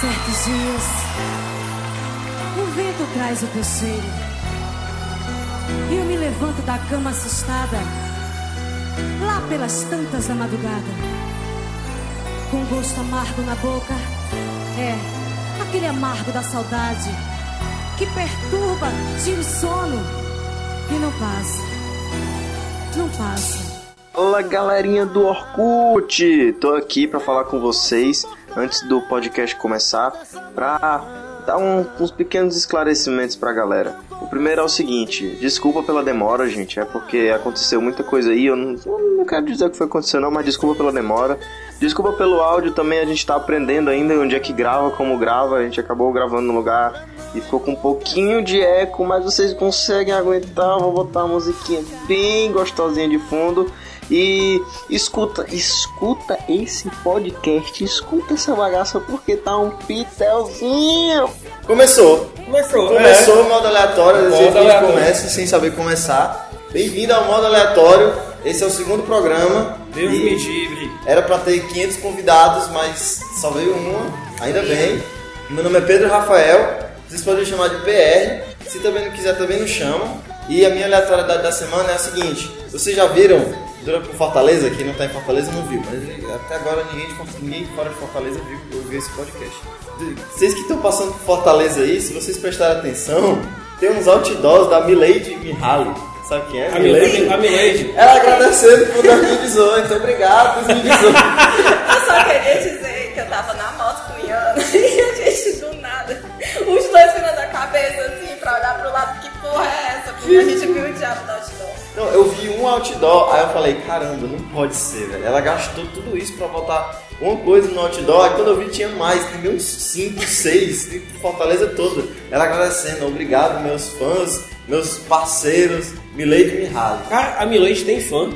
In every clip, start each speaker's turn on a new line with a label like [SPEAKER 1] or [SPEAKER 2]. [SPEAKER 1] Certos dias, o vento traz o teu cheiro. E eu me levanto da cama assustada, lá pelas tantas da madrugada. Com gosto amargo na boca, é, aquele amargo da saudade, que perturba, tira o sono e não passa. Não passa.
[SPEAKER 2] Olá, galerinha do Orkut! Tô aqui pra falar com vocês antes do podcast começar, pra dar um- uns pequenos esclarecimentos pra galera. O primeiro é o seguinte, desculpa pela demora, gente, é porque aconteceu muita coisa aí, eu não, eu não quero dizer o que foi acontecendo não, mas desculpa pela demora. Desculpa pelo áudio também, a gente tá aprendendo ainda onde é que grava, como grava, a gente acabou gravando no lugar e ficou com um pouquinho de eco, mas vocês conseguem aguentar, vou botar uma musiquinha bem gostosinha de fundo. E escuta, escuta esse podcast, escuta essa bagaça porque tá um pitelzinho.
[SPEAKER 3] Começou!
[SPEAKER 4] Começou, né?
[SPEAKER 3] Começou o modo aleatório, desse
[SPEAKER 4] Modo
[SPEAKER 3] jeito que a gente
[SPEAKER 4] aleatório.
[SPEAKER 3] começa sem saber começar. Bem-vindo ao modo aleatório, esse é o segundo programa.
[SPEAKER 4] é. Deus
[SPEAKER 3] E
[SPEAKER 4] me livre.
[SPEAKER 3] Era pra ter 500 convidados, mas só veio uma, ainda bem. Meu nome é Pedro Rafael, vocês podem me chamar de PR, se também não quiser também não chamam. E a minha aleatoriedade da semana é a seguinte, vocês já viram durante o Fortaleza, quem não tá em Fortaleza não viu, mas até agora ninguém, de Fortaleza- ninguém fora de Fortaleza viu, ouviu esse podcast. Vocês que estão passando por Fortaleza aí, se vocês prestarem atenção, tem uns outdoors da Milady Mihaly, sabe quem é?
[SPEAKER 4] A Milady, a Milady.
[SPEAKER 3] Ela agradecendo por 2018, obrigado 2018.
[SPEAKER 5] Eu só queria dizer que eu tava na moto com o Iana e a gente do nada, os dois virando a cabeça assim pra olhar pro lado, que porra é essa? Porque a gente viu o diabo do outdoor.
[SPEAKER 3] Não, eu vi um outdoor, aí eu falei, caramba, não pode ser, velho. Ela gastou tudo isso pra botar uma coisa no outdoor, aí quando eu vi tinha mais, tinha uns 5, 6, Fortaleza toda. Ela agradecendo, obrigado meus fãs, meus parceiros, Milady Mihaly.
[SPEAKER 4] Cara, a Milady tem fã.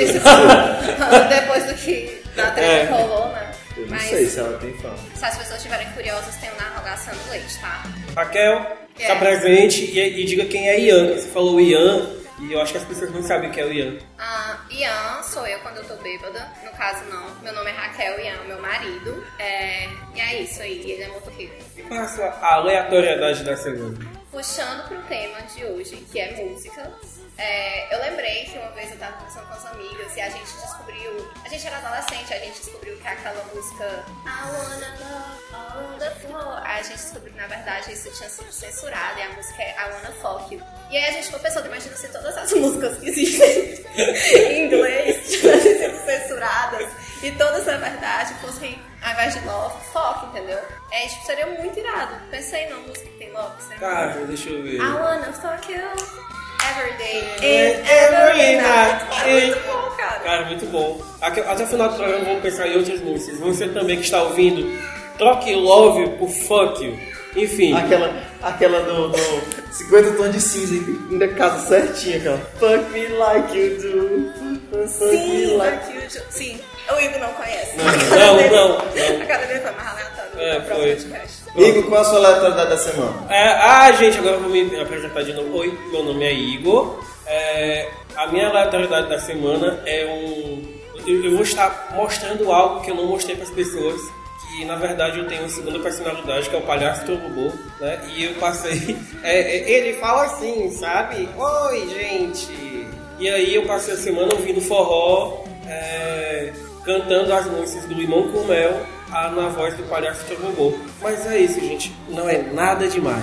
[SPEAKER 5] Principalmente depois do que da treta
[SPEAKER 4] É.
[SPEAKER 5] que rolou, né?
[SPEAKER 3] Eu não
[SPEAKER 5] Mas
[SPEAKER 3] sei se ela tem fã.
[SPEAKER 5] se as pessoas estiverem curiosas, tem o Narrogação do Leite, tá?
[SPEAKER 4] Raquel,
[SPEAKER 5] É.
[SPEAKER 4] tá presente e, e diga quem é Ian. Você falou Ian e eu acho que as pessoas não sabem quem é o Ian.
[SPEAKER 5] Ah, Ian sou eu quando eu tô bêbada. No caso, não. Meu nome é Raquel Ian, meu marido. É... E é isso aí, ele é motorrico.
[SPEAKER 4] E qual é a sua aleatoriedade da semana?
[SPEAKER 5] Puxando pro tema de hoje, que é música, é, eu lembrei que uma vez eu tava conversando com as amigas e a gente descobriu. A gente era adolescente, a gente descobriu que aquela música I wanna love, I wanna fall. A gente descobriu que na verdade isso tinha sido censurado e a música é I wanna fuck you. E aí a gente ficou pensando, imagina se todas as músicas que existem em inglês tivessem sido censuradas e todas na verdade fossem, ao invés de love, fuck, entendeu? É, tipo, seria muito irado. Pensei numa música que tem love, seria
[SPEAKER 4] Cara, deixa eu ver.
[SPEAKER 5] I wanna fuck you every day
[SPEAKER 4] And
[SPEAKER 5] and
[SPEAKER 4] every
[SPEAKER 5] é, every
[SPEAKER 4] night.
[SPEAKER 5] night. É muito bom, cara.
[SPEAKER 4] Cara, muito bom. Aque- Até o final do programa vamos pensar em outras músicas. Você também que está ouvindo, troque love por fuck you. Enfim.
[SPEAKER 3] Aquela, aquela do, do 50 tons de cinza, hein? ainda casa certinha aquela. Fuck me like you do. Fuck me
[SPEAKER 5] Sim,
[SPEAKER 3] like
[SPEAKER 5] fuck you. Jo- Sim, o Igor não conhece.
[SPEAKER 4] não, não,
[SPEAKER 5] A cara dele foi mais aleatória.
[SPEAKER 4] É,
[SPEAKER 5] pra
[SPEAKER 4] foi.
[SPEAKER 5] podcast.
[SPEAKER 3] Igor, qual a sua aleatoriedade da semana?
[SPEAKER 4] É, ah, gente, agora eu vou me apresentar de novo. Oi, meu nome é Igor. É, a minha aleatoriedade da semana é um. Eu, eu vou estar mostrando algo que eu não mostrei para as pessoas. Que na verdade eu tenho uma segunda personalidade, que é o palhaço Turbo, né? E eu passei. é, é, ele fala assim, sabe? Oi, gente! E aí eu passei a semana ouvindo forró, é, cantando as músicas do Limão com Mel a- na voz do palhaço Turbo. Mas é isso, gente. Não é nada demais.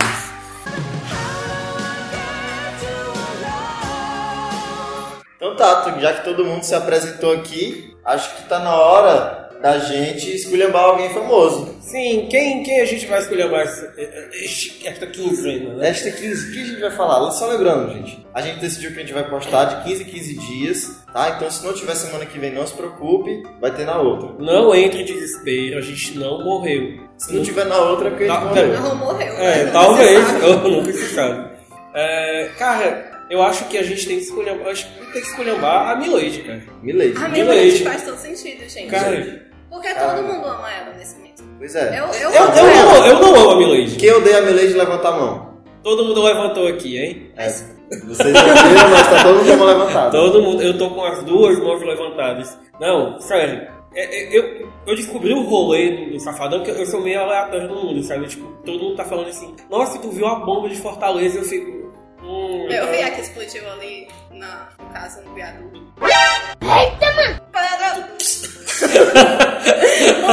[SPEAKER 3] Então tá, tu- já que todo mundo se apresentou aqui, acho que tá na hora da gente esculhambar alguém famoso.
[SPEAKER 4] Sim, quem, quem a gente vai escolher mais eh, eh, este- esta quinzena, né?
[SPEAKER 3] Nesta 15, o que a gente vai falar? Só lembrando, gente, a gente decidiu que a gente vai postar de 15 em 15 dias, tá? Então se não tiver semana que vem, não se preocupe, vai ter na outra.
[SPEAKER 4] Não entre em desespero, a gente não morreu.
[SPEAKER 3] Se não tiver na outra, é porque a gente
[SPEAKER 4] Tá,
[SPEAKER 3] morreu.
[SPEAKER 4] pera-
[SPEAKER 5] Não morreu.
[SPEAKER 4] É,
[SPEAKER 5] né?
[SPEAKER 4] talvez,
[SPEAKER 5] Você sabe.
[SPEAKER 4] eu nunca se sabe. É, cara, eu acho que a gente tem que escolher, acho que tem que escolhambar a Milady, cara.
[SPEAKER 3] Milady.
[SPEAKER 5] A
[SPEAKER 4] Milady.
[SPEAKER 5] minha mente faz todo sentido, gente.
[SPEAKER 4] Cara,
[SPEAKER 5] Porque todo mundo ama ela nesse momento.
[SPEAKER 3] Pois é.
[SPEAKER 5] Eu, eu,
[SPEAKER 4] eu, eu,
[SPEAKER 5] amo ela.
[SPEAKER 4] não, eu não amo a Milady.
[SPEAKER 3] Quem odeia a Milady, levanta a mão.
[SPEAKER 4] Todo mundo levantou aqui, hein?
[SPEAKER 3] É. Vocês não viram, mas tá todo mundo com a mão levantada.
[SPEAKER 4] Todo mundo, eu tô com as duas mãos levantadas. Não, sério. É, é, eu, eu descobri o rolê do, do Safadão, que eu sou meio aleatório no mundo, sabe? Tipo, todo mundo tá falando assim, nossa, tu viu a bomba de Fortaleza, eu fico. Hum,
[SPEAKER 5] Eu vi
[SPEAKER 4] então-
[SPEAKER 5] a que explodiu ali na, no caso no viaduto. Eita, mano!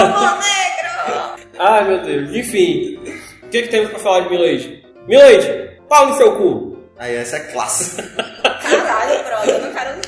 [SPEAKER 5] Bobo negro!
[SPEAKER 4] Ai meu Deus, enfim. O que, que temos pra falar de Milady? Milady, pau no seu cu!
[SPEAKER 3] Aí essa é clássica.
[SPEAKER 5] Caralho, brother, eu não quero.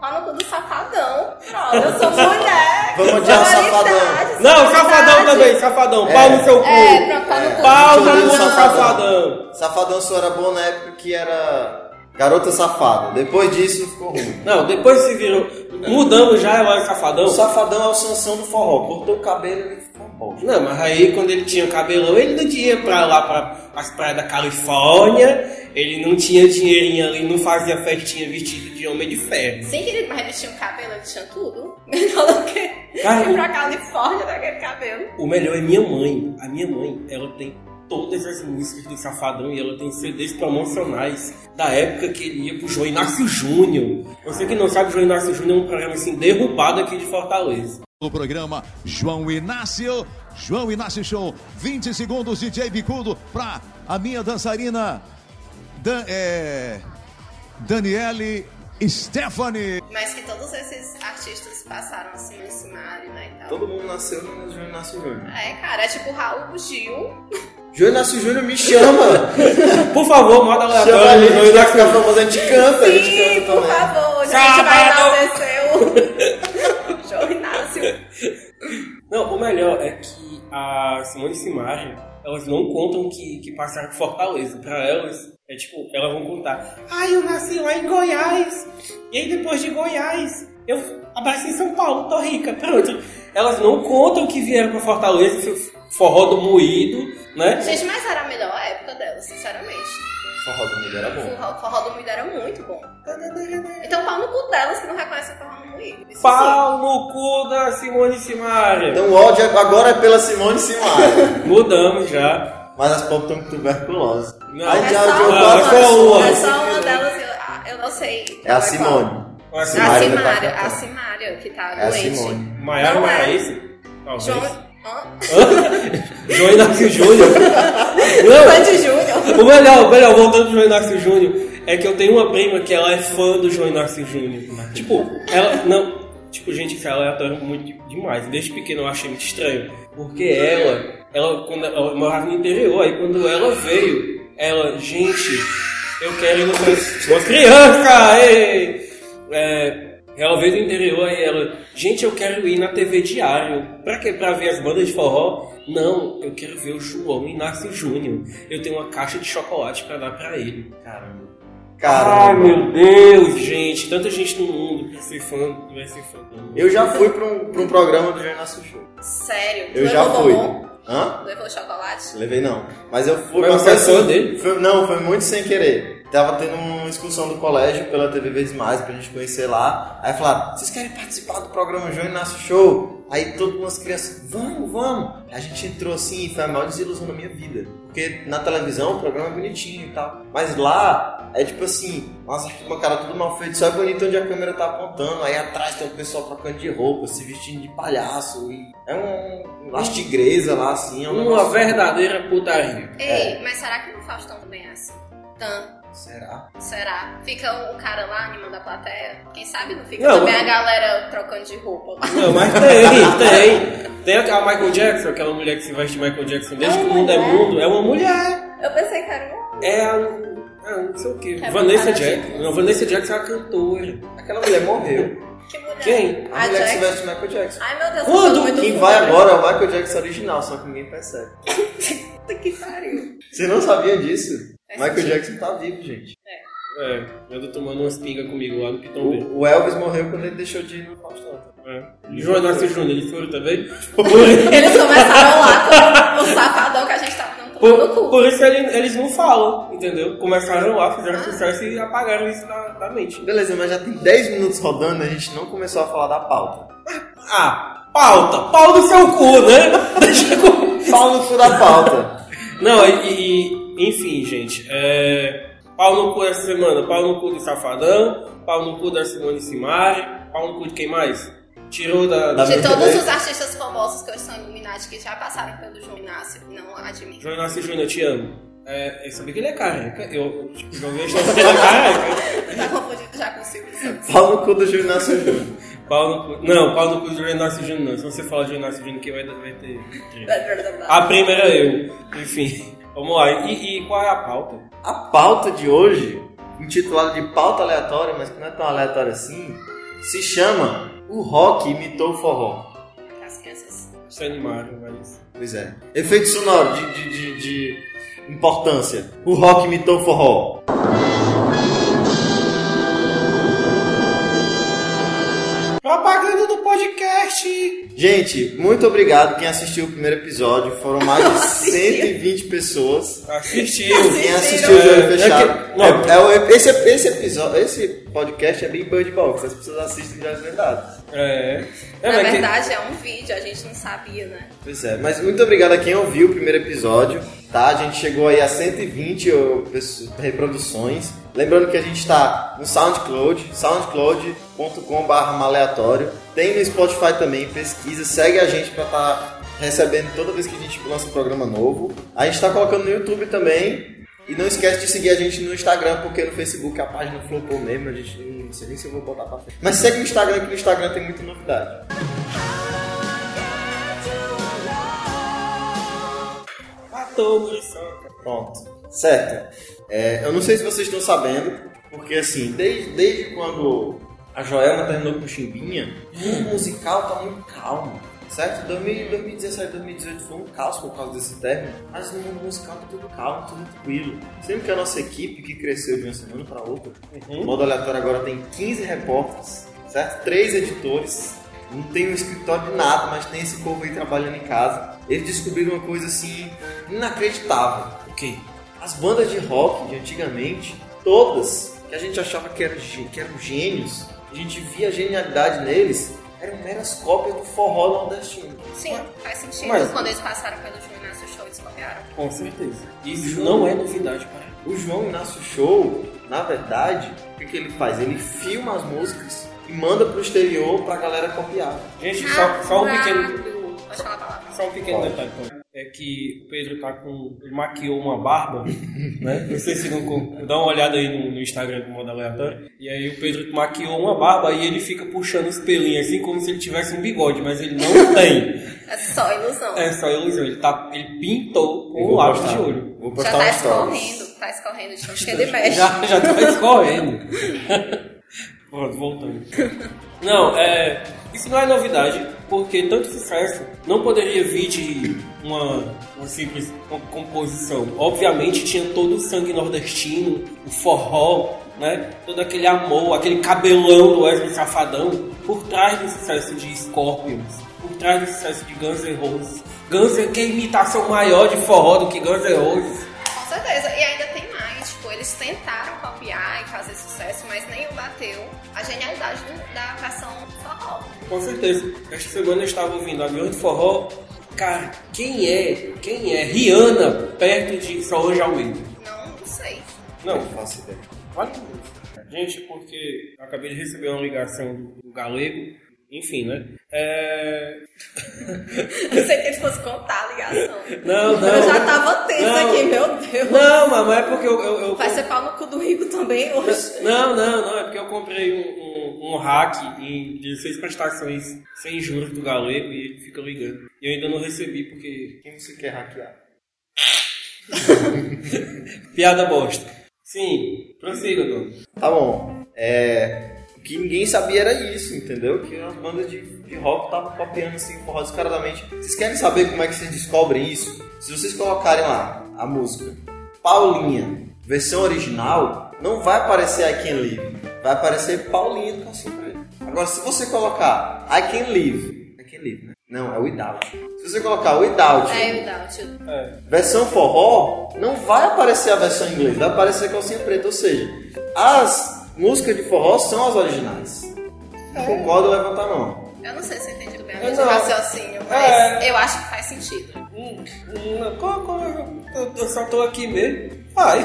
[SPEAKER 5] Fala no cu do safadão, brother. Eu sou mulher.
[SPEAKER 3] Vamos odiar o
[SPEAKER 5] sororidade,
[SPEAKER 3] safadão.
[SPEAKER 4] Não,
[SPEAKER 5] sororidade.
[SPEAKER 4] safadão também, safadão, pau no seu cu!
[SPEAKER 5] É, pronto, fala no cu.
[SPEAKER 4] Pau no
[SPEAKER 5] é
[SPEAKER 4] cu do
[SPEAKER 3] Safadão.
[SPEAKER 4] safadão!
[SPEAKER 3] Safadão só era bom na época que era garota safada. Depois disso ficou ruim.
[SPEAKER 4] Não, depois se virou. Mudamos já, eu era safadão.
[SPEAKER 3] O safadão é o Sansão do forró. Cortou o cabelo e ficou bom.
[SPEAKER 4] Não, mas aí quando ele tinha cabelão, ele não tinha pra lá pra as praias da Califórnia, ele não tinha dinheirinho ali, não fazia festinha vestido de homem de ferro.
[SPEAKER 5] Sem querer, mas ele tinha um cabelo, ele tinha tudo. Menor do que
[SPEAKER 4] Cara,
[SPEAKER 5] ir pra Califórnia daquele cabelo.
[SPEAKER 4] O melhor é minha mãe. A minha mãe, ela tem todas as músicas do Safadão e ela tem CDs promocionais da época que ele ia pro João Inácio Júnior. Você que não sabe, João Inácio Júnior é um programa assim derrubado aqui de Fortaleza.
[SPEAKER 6] do programa João Inácio. João Inácio Show, 20 segundos de DJ Bicudo para a minha dançarina Dan, é, Daniele Stephanie.
[SPEAKER 5] Mas que todos esses artistas passaram assim nesse mar, né? E tal.
[SPEAKER 3] Todo mundo nasceu no Júnior Inácio Júnior.
[SPEAKER 5] É, cara, é tipo Raul Gil.
[SPEAKER 3] Júnior Inácio Júnior me chama!
[SPEAKER 4] Por favor, moda
[SPEAKER 3] Chama a
[SPEAKER 4] aleatória.
[SPEAKER 3] gente,
[SPEAKER 4] João
[SPEAKER 3] vai
[SPEAKER 4] Inácio
[SPEAKER 3] ficar famoso, a gente canta, a
[SPEAKER 5] Sim,
[SPEAKER 3] gente
[SPEAKER 5] por
[SPEAKER 3] canta também.
[SPEAKER 5] favor, a gente vai
[SPEAKER 4] Sábado.
[SPEAKER 5] enaltecer o João Inácio.
[SPEAKER 4] Não, o melhor é que a Simone e Simaria, elas não contam que, que passaram por Fortaleza. Pra elas, é tipo, elas vão contar. Ai, eu nasci lá em Goiás. E aí depois de Goiás, eu apareci em São Paulo, tô rica, pronto. Elas não contam que vieram pra Fortaleza, esse forró do moído, né?
[SPEAKER 5] Gente, mas era a melhor época dela, sinceramente.
[SPEAKER 3] Forró do Milho era
[SPEAKER 5] O
[SPEAKER 3] bom.
[SPEAKER 5] forró, forró do Moído era muito bom. Então pau no cu delas que não reconhece o forró do Moído. Isso
[SPEAKER 4] Pau no cu da Simone e Simaria.
[SPEAKER 3] Então o ódio agora é pela Simone Simaria.
[SPEAKER 4] Mudamos já.
[SPEAKER 3] Mas as pobres estão com tuberculose.
[SPEAKER 4] Não,
[SPEAKER 3] Aí
[SPEAKER 5] sim. É
[SPEAKER 3] já
[SPEAKER 5] só
[SPEAKER 3] odiou
[SPEAKER 4] não,
[SPEAKER 3] quatro
[SPEAKER 4] é só
[SPEAKER 3] pessoas.
[SPEAKER 5] uma, é só uma delas, eu, ah, eu não sei.
[SPEAKER 3] É a
[SPEAKER 5] qual qual.
[SPEAKER 3] Simone.
[SPEAKER 4] A
[SPEAKER 5] É A
[SPEAKER 3] Simária
[SPEAKER 4] Simaria.
[SPEAKER 3] da
[SPEAKER 5] Simária,
[SPEAKER 3] Tacacá.
[SPEAKER 5] a Simária que tá
[SPEAKER 3] É a
[SPEAKER 5] doente.
[SPEAKER 3] Simone.
[SPEAKER 4] assim, Maiara
[SPEAKER 5] Não é.
[SPEAKER 4] Maraíce? Talvez.
[SPEAKER 5] João. Hã?
[SPEAKER 4] João Inácio Júnior. Não,
[SPEAKER 5] Sandy Júnior.
[SPEAKER 4] o melhor, o melhor, voltando pro João Inácio Júnior, é que eu tenho uma prima que ela é fã do João Inácio Júnior. Tipo, ela. Não. Tipo, gente, isso é aleatório muito de- demais. Desde pequeno eu achei muito estranho. Porque ela, ela, quando ela morava no interior, aí quando ela veio, ela, gente, eu quero ir no Brasil. Uma criança! ei! É, ela veio do interior e ela, gente, eu quero ir na TV Diário. Pra quê? Pra ver as bandas de forró? Não, eu quero ver o João Inácio Júnior. Eu tenho uma caixa de chocolate pra dar pra ele. Caramba. Ai,
[SPEAKER 3] Caramba.
[SPEAKER 4] meu Deus, gente. Tanta gente no mundo pra ser fã, vai ser fã.
[SPEAKER 3] Eu já fui pra um, pra um programa do Jornal Show.
[SPEAKER 5] Sério,
[SPEAKER 3] Eu
[SPEAKER 5] levou
[SPEAKER 3] já fui.
[SPEAKER 5] bombom?
[SPEAKER 3] Hã?
[SPEAKER 5] Levou chocolate?
[SPEAKER 3] Levei não. Mas eu fui.
[SPEAKER 4] Mas
[SPEAKER 3] uma
[SPEAKER 4] você
[SPEAKER 3] coisa
[SPEAKER 4] foi dele?
[SPEAKER 3] foi- não, foi muito sem querer. Tava tendo uma excursão do colégio pela TV Vez Mais pra gente conhecer lá. Aí falaram, vocês querem participar do programa João Inácio Show? Aí todas as crianças, vamos, vamos. A gente entrou assim e foi a maior desilusão da minha vida. Porque na televisão o programa é bonitinho e tal. Mas lá é tipo assim, nossa, que uma cara tudo mal feito, só é bonito onde a câmera tá apontando. Aí atrás tem o pessoal trocando de roupa, se vestindo de palhaço. E é um. Umas tigresa lá assim. É um
[SPEAKER 4] Uma
[SPEAKER 3] negócio-
[SPEAKER 4] verdadeira putaria.
[SPEAKER 3] É.
[SPEAKER 5] Ei, mas será que no Faustão também é assim? Tan,
[SPEAKER 3] Será?
[SPEAKER 5] será? Fica o cara lá animando a plateia? Quem sabe não fica
[SPEAKER 4] Não,
[SPEAKER 5] também
[SPEAKER 4] mas-
[SPEAKER 5] a galera trocando de roupa?
[SPEAKER 4] Não, mas tem, tem. Tem aquela Michael Jackson, aquela mulher que se veste de Michael Jackson desde
[SPEAKER 5] É
[SPEAKER 4] que o
[SPEAKER 5] uma
[SPEAKER 4] mundo é
[SPEAKER 5] mulher.
[SPEAKER 4] mundo. É uma mulher.
[SPEAKER 5] Eu pensei que era um
[SPEAKER 4] É a. Ah, não sei o que.
[SPEAKER 5] É
[SPEAKER 4] Vanessa
[SPEAKER 5] verdade.
[SPEAKER 4] Jackson. Não, Vanessa Jackson é uma cantora.
[SPEAKER 3] Aquela mulher morreu.
[SPEAKER 5] Que mulher?
[SPEAKER 4] Quem?
[SPEAKER 5] A,
[SPEAKER 3] A, mulher que se
[SPEAKER 5] Jackson.
[SPEAKER 3] veste Michael Jackson.
[SPEAKER 5] Ai meu Deus,
[SPEAKER 4] Quando?
[SPEAKER 5] eu tô muito
[SPEAKER 3] Quem
[SPEAKER 5] fã.
[SPEAKER 3] vai agora é o Michael Jackson original, só que ninguém percebe.
[SPEAKER 5] Puta que pariu.
[SPEAKER 3] Você não sabia disso?
[SPEAKER 5] É
[SPEAKER 3] Michael
[SPEAKER 5] sentido.
[SPEAKER 3] Jackson tá vivo, gente.
[SPEAKER 4] É, eu tô tomando umas pingas comigo lá no Pitombeiro.
[SPEAKER 3] O, o Elvis morreu quando ele deixou de ir no Faustão.
[SPEAKER 4] É. E João Inácio Júnior, eles foram também?
[SPEAKER 5] Eles começaram lá com o safadão que a gente tava dando tomando
[SPEAKER 3] tá
[SPEAKER 4] Por,
[SPEAKER 5] no cu.
[SPEAKER 4] por isso ele- eles não falam, entendeu? Começaram lá,
[SPEAKER 5] Ah.
[SPEAKER 4] fizeram sucesso e apagaram isso da, da mente.
[SPEAKER 3] Beleza, mas já tem 10 minutos rodando e a gente não começou a falar da pauta.
[SPEAKER 4] Ah, pauta! Pau do seu cu, né? Deixa eu...
[SPEAKER 3] Pau no cu da pauta.
[SPEAKER 4] Não, e, e- enfim, gente. É, pau no cu essa semana, pau no cu do Safadão, pau no cu da Simone Simari, pau no cu de quem mais? Tirou da.
[SPEAKER 3] Da-
[SPEAKER 5] De
[SPEAKER 3] muito
[SPEAKER 5] todos
[SPEAKER 3] bem.
[SPEAKER 5] os artistas famosos que hoje são Illuminati que já passaram pelo João Inácio, não admito.
[SPEAKER 4] João Inácio Júnior, eu te amo. É, eu sabia que ele é careca. Eu tipo, joguei a história dele é careca.
[SPEAKER 5] Tá confundido já com o Silvio Santos.
[SPEAKER 3] Pau no cu do Júlio Inácio Júnior.
[SPEAKER 4] Pau no cu. Não, pau no cu do João Inácio Júnior não. Se você falar de João Inácio Júnior, que vai, vai ter. treta. A prima era eu. Enfim, vamos lá. E, e qual é a pauta?
[SPEAKER 3] A pauta de hoje, intitulada de pauta aleatória, mas que não é tão aleatória assim, se chama O Rock Imitou o Forró.
[SPEAKER 4] Ah.
[SPEAKER 5] As crianças.
[SPEAKER 4] Se animaram, mas.
[SPEAKER 3] Pois é. Efeito sonoro de, de, de, de importância. O rock imitou o forró.
[SPEAKER 4] Propaganda do podcast!
[SPEAKER 3] Gente, muito obrigado quem assistiu o primeiro episódio. Foram mais de 120 pessoas.
[SPEAKER 4] Assistiu!
[SPEAKER 3] Quem assistiu o
[SPEAKER 4] É,
[SPEAKER 3] jogo
[SPEAKER 4] é
[SPEAKER 3] fechado.
[SPEAKER 4] que- não.
[SPEAKER 3] É- é o- esse, esse episódio, esse podcast é bem Bird Box. As pessoas assistem já desvendados.
[SPEAKER 4] É. é
[SPEAKER 5] Na
[SPEAKER 4] mas que-
[SPEAKER 5] verdade, é um vídeo, a gente não sabia, né?
[SPEAKER 3] Pois é, mas muito obrigado a quem ouviu o primeiro episódio, tá? A gente chegou aí a 120 ô, pesso- reproduções. Lembrando que a gente tá no SoundCloud, soundcloud.com.br maleatório. Tem no Spotify também, pesquisa, segue a gente pra tá recebendo toda vez que a gente lança um programa novo. A gente tá colocando no YouTube também. E não esquece de seguir a gente no Instagram, porque no Facebook a página flopou mesmo, a gente não sei nem se eu vou botar pra frente. Mas segue o Instagram, que no Instagram tem muita novidade.
[SPEAKER 4] Matou, Muriçoca.
[SPEAKER 3] Pronto. Certo. É, eu não sei se vocês estão sabendo, porque assim, desde, desde quando a Joelma terminou com o Chimbinha, o musical tá muito calmo. Certo? 2000 2017, 2018 foi um caos por causa desse término, mas no mundo musical tá tudo calmo, tudo tranquilo. Sempre que a nossa equipe, que cresceu de uma semana para outra, o modo aleatório agora tem 15 repórteres, certo? Três editores, não tem um escritório de nada, mas tem esse povo aí trabalhando em casa. Eles descobriram uma coisa assim inacreditável. O quê? As bandas de rock de antigamente, todas que a gente achava que eram, gê- que eram gênios, a gente via a genialidade neles, eram meras cópias do forró nordestino.
[SPEAKER 5] Sim, faz sentido.
[SPEAKER 4] Mas-
[SPEAKER 5] Quando eles passaram pelo João Inácio Show, eles copiaram.
[SPEAKER 4] Com certeza. Isso não é novidade para mim.
[SPEAKER 3] O João Inácio Show, na verdade, o que, que ele faz? Ele filma as músicas e manda pro exterior pra galera copiar.
[SPEAKER 4] Gente, só, só um pequeno.
[SPEAKER 5] Caralho. Pode falar a palavra.
[SPEAKER 4] Só um pequeno detalhe, então. É que o Pedro tá com. ele maquiou uma barba, né? Não sei se não. con- Dá uma olhada aí no, no Instagram do modo aleatório. E aí o Pedro maquiou uma barba e ele fica puxando os pelinhos assim como se ele tivesse um bigode, mas ele não tem.
[SPEAKER 5] É só ilusão.
[SPEAKER 4] É só ilusão. Ele, tá, ele pintou
[SPEAKER 3] Eu
[SPEAKER 4] com
[SPEAKER 3] vou
[SPEAKER 4] o lápis
[SPEAKER 3] postar.
[SPEAKER 4] de olho.
[SPEAKER 3] Vou
[SPEAKER 5] Já
[SPEAKER 3] postar
[SPEAKER 5] tá
[SPEAKER 3] um story.
[SPEAKER 5] escorrendo, tá escorrendo de tanto que ele mexe.
[SPEAKER 4] Já, já tá escorrendo. Pronto, voltando. Não, é, isso não é novidade, porque tanto sucesso não poderia vir de uma, uma simples com- composição. Obviamente tinha todo o sangue nordestino, o forró, né? Todo aquele amor, aquele cabelão do Wesley Safadão por trás do sucesso de Scorpions, por trás do sucesso de Guns N' Roses. Guns N' que é imitação maior de forró do que Guns N' Roses.
[SPEAKER 5] Com certeza. E ainda tem mais, tipo, eles tentaram copiar e fazer sucesso, mas nenhum bateu a genialidade do- da canção forró.
[SPEAKER 4] Com certeza. Esta semana eu estava ouvindo Avião de Forró. Cara, quem é? Quem é? Rihanna perto de Solange Almeida.
[SPEAKER 5] Não sei.
[SPEAKER 4] Não,
[SPEAKER 3] Não faço ideia.
[SPEAKER 4] olha isso. Gente, porque eu acabei de receber uma ligação do, do Galego. Enfim, né? É...
[SPEAKER 5] Eu sei que eles fossem contar a ligação.
[SPEAKER 4] Não, não.
[SPEAKER 5] Eu já tava tensa
[SPEAKER 4] Não.
[SPEAKER 5] aqui, meu Deus.
[SPEAKER 4] Não, mas não é porque eu... eu, eu-
[SPEAKER 5] Vai ser pau no cu do rico também hoje.
[SPEAKER 4] Não, não, não. É porque eu comprei um, um, um hack em 16 prestações sem juros do Galego e ele fica ligando. E eu ainda não recebi porque
[SPEAKER 3] Quem você quer hackear?
[SPEAKER 4] Piada bosta. Sim, prossiga, dono.
[SPEAKER 3] Tá bom. É, o que ninguém sabia era isso, entendeu? Que as bandas de, de rock estavam copiando assim, forró descaradamente. Vocês querem saber como é que vocês descobrem isso? Se vocês colocarem lá a música Paulinha, versão original, não vai aparecer I Can Live. Vai aparecer Paulinha do Calcinha Preta. Agora, se você colocar I Can Live... I Can Live, né? Não, é Without. Se você colocar Without...
[SPEAKER 5] É, eu dá, tio.
[SPEAKER 4] É.
[SPEAKER 3] Versão forró não vai aparecer a versão em inglês, vai aparecer a calcinha preta. Ou seja, as músicas de forró são as originais. Não concordo, levanta a mão.
[SPEAKER 5] Eu não sei se eu entendi bem
[SPEAKER 4] Eu
[SPEAKER 5] o
[SPEAKER 4] não. É.
[SPEAKER 5] raciocínio, mas eu acho que faz sentido.
[SPEAKER 4] Hum, hum, qual- qual- eu, eu só tô aqui mesmo.
[SPEAKER 3] Vai.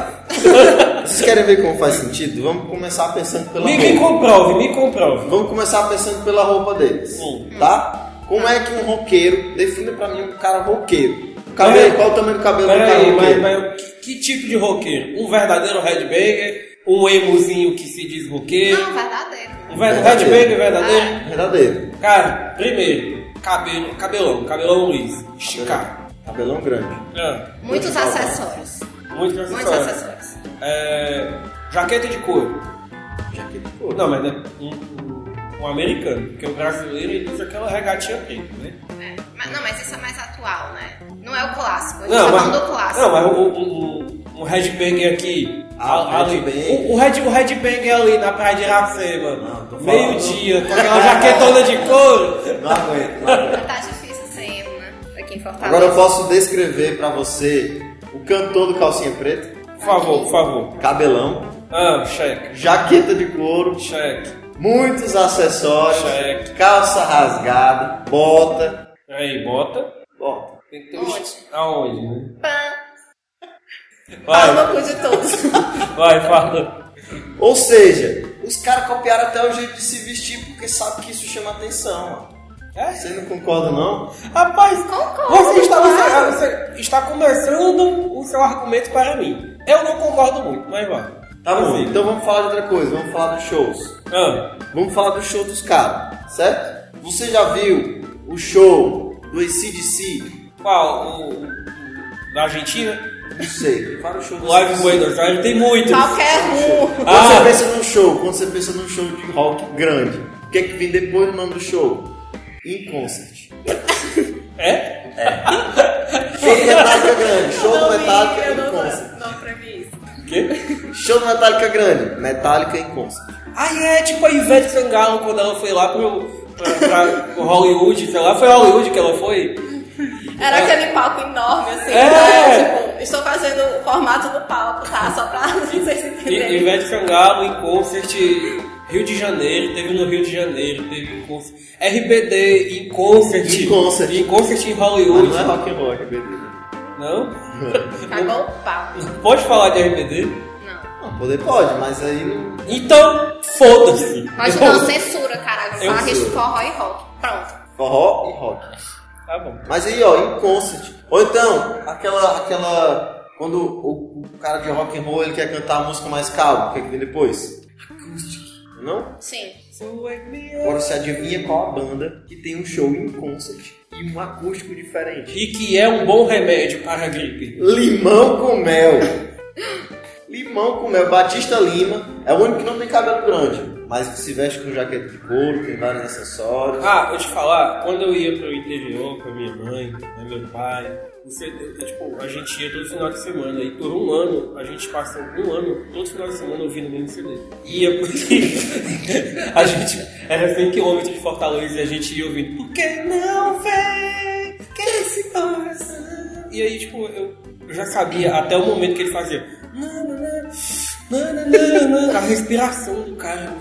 [SPEAKER 3] Vocês querem ver como faz sentido? Vamos começar pensando pela
[SPEAKER 4] Me, me
[SPEAKER 3] roupa.
[SPEAKER 4] comprove, me comprove.
[SPEAKER 3] Vamos começar pensando pela roupa deles.
[SPEAKER 4] Sim.
[SPEAKER 3] Tá? Como é que um roqueiro defina pra mim um cara roqueiro? O cabelo,
[SPEAKER 4] Peraí.
[SPEAKER 3] qual o tamanho do cabelo do cara
[SPEAKER 4] Peraí, mas,
[SPEAKER 3] roqueiro?
[SPEAKER 4] mas que, que tipo de roqueiro? Um verdadeiro headbanger? Um emozinho que se diz roqueiro?
[SPEAKER 5] Não, verdadeiro. né?
[SPEAKER 4] Um ver- headbanger verdadeiro? Ah.
[SPEAKER 3] Verdadeiro.
[SPEAKER 4] Cara, primeiro, cabelo, cabelão, cabelão Luiz, esticar.
[SPEAKER 3] Cabelão grande.
[SPEAKER 4] Ah,
[SPEAKER 5] Muitos acessórios.
[SPEAKER 4] muito
[SPEAKER 5] Muitos
[SPEAKER 4] acessório.
[SPEAKER 5] acessórios.
[SPEAKER 4] É, jaqueta de couro.
[SPEAKER 3] Jaqueta de couro.
[SPEAKER 4] Não, mas né, um, um- um americano, porque o brasileiro ele usa aquela regatinha preta, né?
[SPEAKER 5] É. Mas, não, mas isso é mais atual, né? Não é o clássico. A gente
[SPEAKER 4] Não,
[SPEAKER 5] tá
[SPEAKER 4] mas,
[SPEAKER 5] falando do clássico.
[SPEAKER 4] não, mas o, o, o, o headbanger aqui.
[SPEAKER 3] Ah,
[SPEAKER 4] a-
[SPEAKER 3] o
[SPEAKER 4] ali,
[SPEAKER 3] headbang.
[SPEAKER 4] o, o, head, o headbanger ali na praia de
[SPEAKER 3] Não,
[SPEAKER 4] Iracema.
[SPEAKER 3] tô falando-
[SPEAKER 4] Meio-dia, com aquela jaquetona de couro.
[SPEAKER 3] Não aguento, não aguento.
[SPEAKER 5] Tá difícil ser emo, né? Aqui em Fortaleza.
[SPEAKER 3] Tá. Agora eu posso descrever pra você o cantor do calcinha preta,
[SPEAKER 4] Por favor, por favor.
[SPEAKER 3] cabelão,
[SPEAKER 4] Ah, cheque,
[SPEAKER 3] jaqueta de couro,
[SPEAKER 4] cheque.
[SPEAKER 3] muitos acessórios,
[SPEAKER 4] Cheque.
[SPEAKER 3] calça rasgada, bota.
[SPEAKER 4] Aí, bota.
[SPEAKER 3] Bota.
[SPEAKER 4] Tem que ter um est- Aonde, né?
[SPEAKER 5] Pã, pau
[SPEAKER 4] Vai,
[SPEAKER 5] no cu de todos.
[SPEAKER 4] vai, fala.
[SPEAKER 3] Ou seja, os caras copiaram até o jeito de se vestir porque sabe que isso chama atenção. ó.
[SPEAKER 4] É?
[SPEAKER 3] Você não concorda não?
[SPEAKER 4] Rapaz,
[SPEAKER 5] Concordo,
[SPEAKER 4] você, está,
[SPEAKER 5] claro.
[SPEAKER 4] você está começando o seu argumento para mim. Eu não concordo muito, mas vai.
[SPEAKER 3] Tá bom,
[SPEAKER 4] Prossiga.
[SPEAKER 3] então vamos falar de outra coisa, vamos falar dos shows.
[SPEAKER 4] Ah,
[SPEAKER 3] Vamos falar do show dos caras, certo? Você já viu o show do ACDC?
[SPEAKER 4] qual? O, o- da Argentina?
[SPEAKER 3] Não sei, vários shows
[SPEAKER 4] O
[SPEAKER 3] do
[SPEAKER 4] Live em
[SPEAKER 3] AC/DC.
[SPEAKER 4] Buenos Aires tem muitos.
[SPEAKER 5] Qualquer um.
[SPEAKER 3] Quando
[SPEAKER 4] Ah.
[SPEAKER 3] você pensa num show, quando você pensa num show de rock grande, o que é que vem depois do nome do show? In concert.
[SPEAKER 4] É?
[SPEAKER 3] Show do Metallica grande, show do
[SPEAKER 5] Não,
[SPEAKER 4] é
[SPEAKER 3] Metallica
[SPEAKER 5] eu
[SPEAKER 3] em
[SPEAKER 5] não-
[SPEAKER 3] concert.
[SPEAKER 5] Não, pra mim isso.
[SPEAKER 4] O quê?
[SPEAKER 3] Show do Metallica grande, Metallica em concert.
[SPEAKER 4] Ah, é tipo a Ivete Sangalo quando ela foi lá pro, pra, pra- pro Hollywood, sei lá. Foi Hollywood que ela foi?
[SPEAKER 5] Era aquele palco enorme, assim.
[SPEAKER 4] É.
[SPEAKER 5] né? Tipo, estou fazendo o formato do palco, tá? Só pra vocês
[SPEAKER 4] I,
[SPEAKER 5] entenderem.
[SPEAKER 4] Ivete Sangalo em concert Rio de Janeiro, teve no Rio de Janeiro, teve em concert. RBD em concert.
[SPEAKER 3] Em concert.
[SPEAKER 4] Em concert em
[SPEAKER 3] Mas
[SPEAKER 4] Hollywood.
[SPEAKER 3] não é rock and roll, é beleza.
[SPEAKER 4] Não?
[SPEAKER 5] um, Cagou o pau.
[SPEAKER 4] Pode falar de RBD?
[SPEAKER 5] Não.
[SPEAKER 3] Não, poder pode, mas aí não.
[SPEAKER 4] Então, foda-se.
[SPEAKER 5] Pode
[SPEAKER 4] Eu-
[SPEAKER 5] não, censura, caralho.
[SPEAKER 4] Eu
[SPEAKER 5] Fala que
[SPEAKER 3] sou.
[SPEAKER 5] forró e rock. Pronto.
[SPEAKER 3] Forró e rock.
[SPEAKER 4] Tá bom.
[SPEAKER 3] Mas aí, ó, em concert. Ou então, aquela. aquela. Quando o, o cara de rock and roll ele quer cantar a música mais calma, o que é que vem depois? Acoustic. Não?
[SPEAKER 5] Sim.
[SPEAKER 3] Agora você adivinha qual a banda que tem um show em concert e um acústico diferente.
[SPEAKER 4] E que é um bom remédio para a gripe.
[SPEAKER 3] Limão com mel. Limão com mel. Batista Lima é o único que não tem cabelo grande, mas que se veste com jaqueta de couro, tem vários acessórios.
[SPEAKER 4] Ah, eu te falar, quando eu ia pro interior com a minha mãe, né, meu pai, você, tipo, a gente ia todo final de semana e por um ano, a gente passou um ano, todo final de semana ouvindo o mesmo CD. Ia porque a gente era 100 km de Fortaleza e a gente ia ouvindo Por que não vem que esse coração? E aí, tipo, eu, eu já sabia até o momento que ele fazia "Na, na, na, na, na, na, na", a respiração do cara.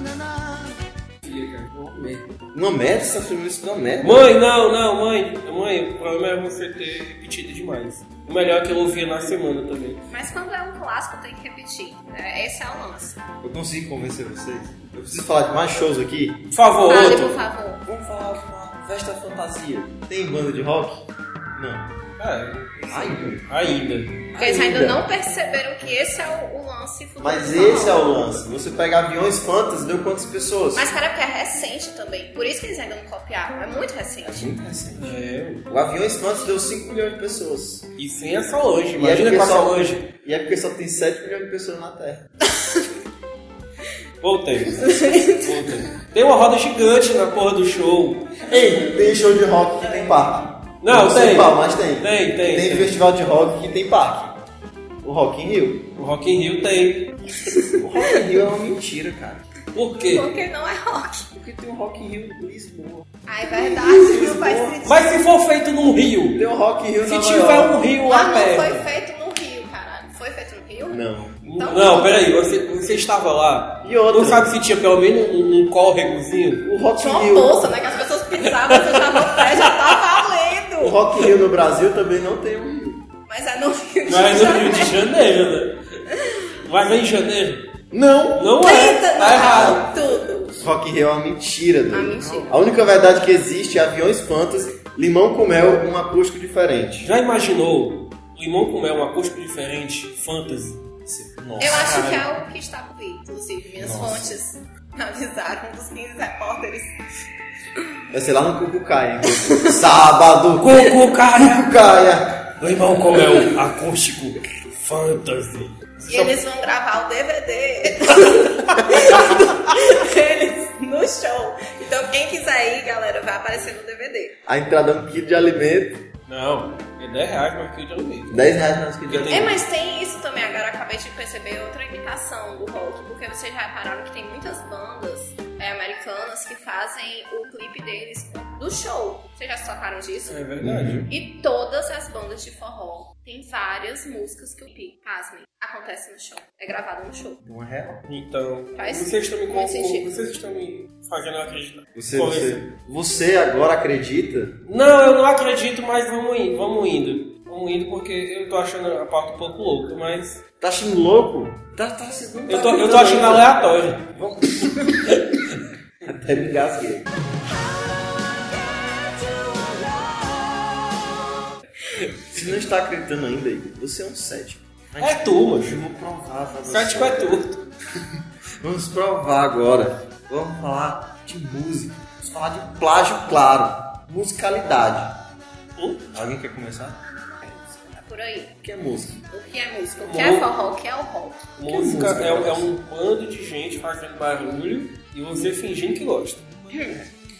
[SPEAKER 4] Eu via, cara, uma merda.
[SPEAKER 3] Uma merda, São Francisco é uma merda.
[SPEAKER 4] Mãe, não, não, mãe. Mãe, o problema é você ter repetido demais. O melhor é que eu ouvia na semana também.
[SPEAKER 5] Mas quando é um clássico, tem que repetir. né? Esse é o lance.
[SPEAKER 3] Eu consigo convencer vocês. Eu preciso falar de mais shows aqui.
[SPEAKER 4] Por favor,
[SPEAKER 5] Fale, por
[SPEAKER 4] outro.
[SPEAKER 5] favor.
[SPEAKER 3] Vamos falar de uma festa fantasia. Tem banda de rock? Não.
[SPEAKER 4] É,
[SPEAKER 3] Ai,
[SPEAKER 4] ainda.
[SPEAKER 5] Eles ainda não perceberam que esse é o, o lance futuro.
[SPEAKER 3] Mas
[SPEAKER 5] do
[SPEAKER 3] esse é
[SPEAKER 5] forró.
[SPEAKER 3] o lance. Você pega aviões fantas, deu quantas pessoas?
[SPEAKER 5] Mas, cara, porque é recente também. Por isso que eles ainda não copiaram. É muito recente.
[SPEAKER 3] Muito recente.
[SPEAKER 4] É,
[SPEAKER 3] O aviões fantas deu 5 milhões de pessoas.
[SPEAKER 4] e sem a Solange.
[SPEAKER 3] E é
[SPEAKER 4] Imagina
[SPEAKER 3] porque
[SPEAKER 4] com a
[SPEAKER 3] só-
[SPEAKER 4] Solange.
[SPEAKER 3] E é porque só tem 7 milhões de pessoas na Terra.
[SPEAKER 4] Voltei. Voltei. Tem uma roda gigante na porra do show.
[SPEAKER 3] Ei, tem show de rock que tem parque.
[SPEAKER 4] Não,
[SPEAKER 3] sei
[SPEAKER 4] tem.
[SPEAKER 3] qual, mas tem.
[SPEAKER 4] Tem, tem,
[SPEAKER 3] Tem
[SPEAKER 4] tem.
[SPEAKER 3] festival de rock que tem parque. O Rock in Rio.
[SPEAKER 4] O Rock in Rio tem.
[SPEAKER 3] O Rock in Rio é uma mentira, cara.
[SPEAKER 4] Por quê?
[SPEAKER 5] Porque não é rock.
[SPEAKER 3] Porque tem o Rock in Rio em Lisboa.
[SPEAKER 5] Ah, é verdade. Não faz sentido.
[SPEAKER 4] Mas se for feito num rio.
[SPEAKER 3] Tem o Rock in Rio
[SPEAKER 4] Se
[SPEAKER 3] Nova
[SPEAKER 4] tiver
[SPEAKER 3] York.
[SPEAKER 4] um rio
[SPEAKER 5] Mas
[SPEAKER 4] lá
[SPEAKER 5] Ah, não foi
[SPEAKER 4] perto.
[SPEAKER 5] feito no Rio, caralho. Foi feito no Rio?
[SPEAKER 3] Não.
[SPEAKER 5] Então-
[SPEAKER 4] Não, peraí, você, você estava lá.
[SPEAKER 3] E outra?
[SPEAKER 4] Não sabe se tinha pelo menos um, um córregozinho?
[SPEAKER 3] O Rock in
[SPEAKER 5] Tinha uma
[SPEAKER 3] Rio.
[SPEAKER 5] bolsa, né? Que as pessoas pisavam, você tava no pé, já tá valendo.
[SPEAKER 3] o Rock in Rio no Brasil também não tem um.
[SPEAKER 5] Mas a no Rio de
[SPEAKER 4] Mas é no Rio
[SPEAKER 5] Janeiro.
[SPEAKER 4] de Janeiro, né? Mas é em janeiro?
[SPEAKER 3] Não!
[SPEAKER 4] Não é,
[SPEAKER 5] Eita,
[SPEAKER 4] tá errado.
[SPEAKER 5] não, tudo.
[SPEAKER 3] Rock in Rio é uma mentira,
[SPEAKER 5] Ah,
[SPEAKER 3] Douglas.
[SPEAKER 5] mentira.
[SPEAKER 3] A única verdade que existe é aviões fantasy, limão com mel, um acústico diferente.
[SPEAKER 4] Já imaginou limão com mel, um acústico diferente, fantasy? Nossa,
[SPEAKER 5] Eu acho que é
[SPEAKER 4] cara.
[SPEAKER 5] algo que está por aí. Inclusive, minhas fontes avisaram um dos 15 repórteres.
[SPEAKER 3] Vai ser lá no Cucucaia. hein?
[SPEAKER 5] é
[SPEAKER 3] Sábado,
[SPEAKER 4] Cucu, cara!
[SPEAKER 3] Cucucaia!
[SPEAKER 4] Limão com mel, um acústico, fantasy.
[SPEAKER 5] E é eles vão gravar o DVD deles no show. Então, quem quiser ir, galera, vai aparecer no DVD.
[SPEAKER 3] A entrada é um quilo de alimento,
[SPEAKER 4] Não, é 10 reais pra aquilo de alimento.
[SPEAKER 3] 10 reais mais quilo de alimento.
[SPEAKER 5] É, mas tem isso também. Agora eu acabei de perceber outra imitação do rock, porque vocês já repararam que tem muitas bandas é, americanas que fazem o clipe deles do show. Vocês já se tocaram disso?
[SPEAKER 4] É
[SPEAKER 7] Uhum.
[SPEAKER 4] verdade.
[SPEAKER 5] E todas as bandas de forró têm várias músicas que o clipe, pasmem, acontece no show. É gravado no show.
[SPEAKER 3] Não é real.
[SPEAKER 4] Então,
[SPEAKER 5] Faz
[SPEAKER 4] vocês estão me
[SPEAKER 5] muito
[SPEAKER 4] confu-
[SPEAKER 5] sentido.
[SPEAKER 4] Vocês estão me fazendo eu acreditar.
[SPEAKER 3] Você,
[SPEAKER 4] Convencer.
[SPEAKER 3] você, você agora acredita?
[SPEAKER 4] Não, eu não acredito, mas vamos indo, vamos indo. Vamos indo porque eu tô achando a pauta um pouco louca, mas.
[SPEAKER 3] Tá achando louco? Tá, tá, né?
[SPEAKER 4] Eu tô, eu tô achando aleatório.
[SPEAKER 3] Até me engasguei. Se não está acreditando ainda, Igor, você é um cético.
[SPEAKER 4] É tu,
[SPEAKER 3] Eu
[SPEAKER 4] macho.
[SPEAKER 3] vou provar pra você.
[SPEAKER 4] Cético é tu.
[SPEAKER 3] Vamos provar agora. Vamos falar de música. Vamos falar de plágio, claro. Musicalidade.
[SPEAKER 4] Hum?
[SPEAKER 3] Alguém quer começar?
[SPEAKER 5] Tá por aí.
[SPEAKER 3] O que é música?
[SPEAKER 5] O que é música? O que é forró? O que é o rock?
[SPEAKER 4] Música
[SPEAKER 3] música,
[SPEAKER 4] é, é um bando de gente fazendo barulho e você fingindo que gosta.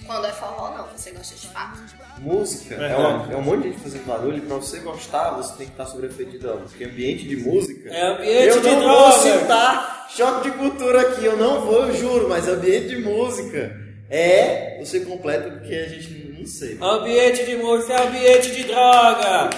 [SPEAKER 5] Quando é forró, não. Você gosta de fato.
[SPEAKER 3] Música é,
[SPEAKER 4] Verdade.
[SPEAKER 3] uma- é um monte de gente fazendo barulho. e Pra você gostar, você tem que estar sobrefedido a música. E ambiente de música.
[SPEAKER 4] É ambiente
[SPEAKER 3] eu
[SPEAKER 4] de
[SPEAKER 3] não
[SPEAKER 4] droga.
[SPEAKER 3] vou citar choque de cultura aqui, eu não vou, eu juro, mas ambiente de música é você completa porque a gente não sei.
[SPEAKER 4] Ah. Ambiente de música é ambiente de droga!